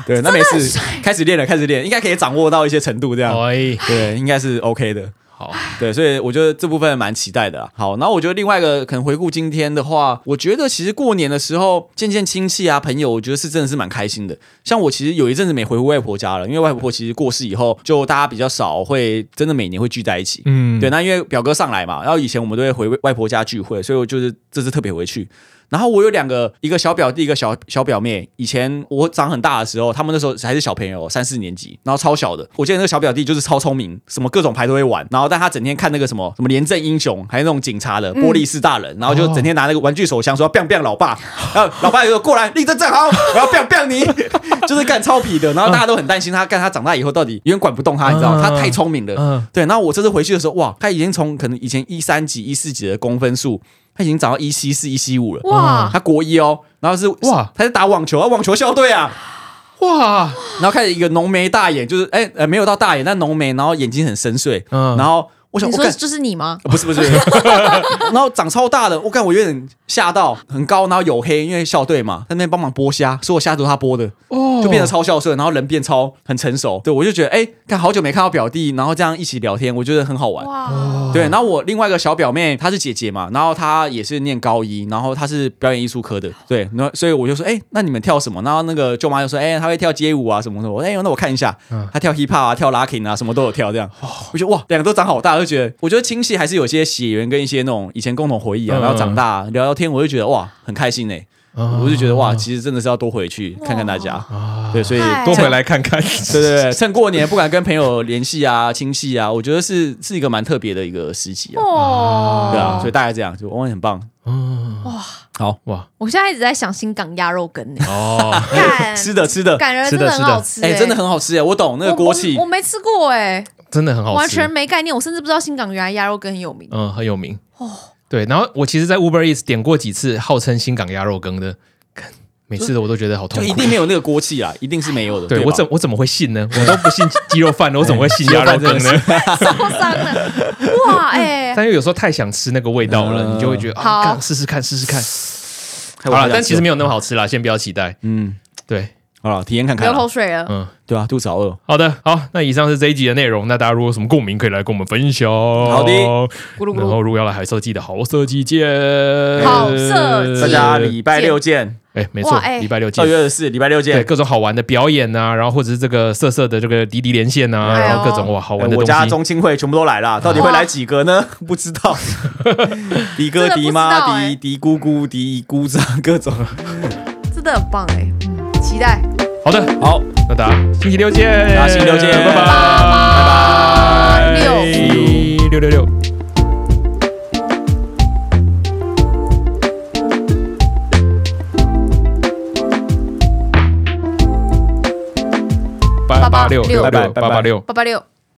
Speaker 2: 对，那没事，开始练了，开始练，应该可以掌握到一些程度，这样、
Speaker 1: 哎，
Speaker 2: 对，应该是 OK 的。
Speaker 1: 好，
Speaker 2: 对，所以我觉得这部分蛮期待的啊。好，然后我觉得另外一个可能回顾今天的话，我觉得其实过年的时候见见亲戚啊、朋友，我觉得是真的是蛮开心的。像我其实有一阵子没回外婆家了，因为外婆其实过世以后，就大家比较少会真的每年会聚在一起。
Speaker 1: 嗯，
Speaker 2: 对，那因为表哥上来嘛，然后以前我们都会回外婆家聚会，所以我就是这次特别回去。然后我有两个，一个小表弟，一个小小表妹。以前我长很大的时候，他们那时候还是小朋友，三四年级，然后超小的。我记得那个小表弟就是超聪明，什么各种牌都会玩。然后但他整天看那个什么什么廉政英雄，还有那种警察的玻璃式大人，然后就整天拿那个玩具手枪说要 biang biang 老爸，然后老爸就说过来立正站好，我要 biang biang 你， 就是干超皮的。然后大家都很担心他，干他长大以后到底永远管不动他，你知道吗，他太聪明了。
Speaker 1: 嗯，
Speaker 2: 对，然后我这次回去的时候，哇，他已经从可能以前一三级、一四级的公分数，他已经涨到一七四、一七五了。
Speaker 3: 哇，
Speaker 2: 他国一哦，然后是
Speaker 1: 哇，
Speaker 2: 他在打网球啊，网球校队啊，
Speaker 1: 哇，
Speaker 2: 然后开始一个浓眉大眼，就是哎呃没有到大眼，但浓眉，然后眼睛很深邃，
Speaker 1: 嗯
Speaker 2: 然后我想
Speaker 3: 你
Speaker 2: 我
Speaker 3: 说
Speaker 2: 看。
Speaker 3: 就是你吗？
Speaker 2: 呃不是不是， 然后长超大的，我看我有点吓到，很高，然后黝黑，因为校队嘛，在那边帮忙剥虾，所有虾都是他剥的，
Speaker 1: 哦，
Speaker 2: 就变得超孝顺，然后人变超很成熟，对我就觉得哎，看好久没看到表弟，然后这样一起聊天，我觉得很好玩。
Speaker 3: 哇，
Speaker 2: 对，然啊后我另外一个小表妹，她是姐姐嘛，然后她也是念高一，然后她是表演艺术科的，对，那所以我就说，哎、那你们跳什么？然后那个舅妈就说，哎、她会跳街舞啊什么什么，我说哎、那我看一下，她跳 hip hop 啊，跳 locking 啊，什么都有跳，这样，我觉得哇，两个都长好大，就觉得我觉得亲戚还是有些血缘跟一些那种以前共同回忆啊，
Speaker 1: 嗯
Speaker 2: 然后长大聊聊天，我就觉得哇，很开心哎、
Speaker 1: 啊
Speaker 2: 我就觉得哇，其实真的是要多回去看看大家。
Speaker 1: 啊，
Speaker 2: 对，所以
Speaker 3: 嗨
Speaker 1: 多回来看看。
Speaker 2: 对对对，趁过年不敢跟朋友联系啊、亲戚啊，我觉得是是一个蛮特别的一个时期啊。
Speaker 3: 哦，
Speaker 2: 对啊，所以大概这样，就哇很棒。
Speaker 1: 哦
Speaker 3: 哇，
Speaker 2: 好，
Speaker 1: 哇
Speaker 3: 我现在一直在想新港鸭肉羹 呢，
Speaker 1: 哦，
Speaker 3: 嗯干
Speaker 2: 吃哎的吃的，
Speaker 3: 感觉
Speaker 1: 是
Speaker 3: 真
Speaker 1: 的
Speaker 3: 的很
Speaker 1: 是的
Speaker 3: 好吃，
Speaker 2: 哎，真的很好吃哎，我懂那个
Speaker 3: 我
Speaker 2: 锅气
Speaker 3: 我我，没吃过哎，
Speaker 1: 真的很好吃，
Speaker 3: 完全没概念，我甚至不知道新港原来鸭肉羹很有 名。
Speaker 1: 嗯很有名哦。对，然后我其实，在 Uber Eats 点过几次号称新港鸭肉羹的，看 每次的我都觉得好
Speaker 2: 就
Speaker 1: 痛
Speaker 2: 一
Speaker 1: 苦。
Speaker 2: 定没有那个锅气啦，一定是没有的。
Speaker 1: 对
Speaker 2: 吧
Speaker 1: 我怎我怎么会信呢？我都不信鸡肉饭了，我怎么会信鸭肉羹呢？
Speaker 3: 受伤了，哇，哎、
Speaker 1: 但又有时候太想吃那个味道了，你就会觉得
Speaker 3: 好
Speaker 1: 啊，干试试看，试试看。
Speaker 2: 太
Speaker 1: 好
Speaker 2: 晚
Speaker 1: 了，
Speaker 2: 了
Speaker 1: 但其实没有那么好吃啦，先不要期待。
Speaker 2: 嗯，
Speaker 1: 对，
Speaker 2: 好了，体 验看看
Speaker 3: 流
Speaker 2: 啦。
Speaker 3: 口水了。
Speaker 1: 嗯，
Speaker 2: 对啊，肚子好饿。
Speaker 1: 好的，好，那以上是这一集的内容。那大家如果有什么共鸣，可以来跟我们分享。好
Speaker 2: 的
Speaker 3: 咕噜咕噜
Speaker 1: 然后如果要来海设计的好设计见，
Speaker 3: 好设
Speaker 1: 呃
Speaker 3: 计
Speaker 2: 大家礼拜六见，
Speaker 1: 哎，没错
Speaker 3: 哇，哎
Speaker 1: 礼拜六
Speaker 2: 二
Speaker 1: 见
Speaker 2: 月。二十四，礼拜六
Speaker 1: 对
Speaker 2: 见。
Speaker 1: 各种好玩的表演呐、然后或者是这个色色的这个滴滴连线呐、
Speaker 3: 哎呦
Speaker 1: 然后各种哇好玩的
Speaker 2: 我
Speaker 1: 东
Speaker 2: 家
Speaker 1: 西。
Speaker 2: 中青会全部都 来啦，到底会来几个呢？ 不知道。迪哥、
Speaker 3: 真的不
Speaker 2: 迪
Speaker 3: 知道
Speaker 2: 妈、
Speaker 3: 哎
Speaker 2: 迪迪姑姑、迪姑丈，各种。
Speaker 3: 真的很棒哎、嗯，期待。
Speaker 1: 好的，
Speaker 2: 好，
Speaker 1: 那大家星期六见，
Speaker 2: 大家星期六见
Speaker 1: 拜拜，
Speaker 3: 拜拜
Speaker 1: 一六六六。八八六
Speaker 3: 八八六
Speaker 1: 六
Speaker 2: 拜拜
Speaker 1: 八八六。
Speaker 3: 八八六。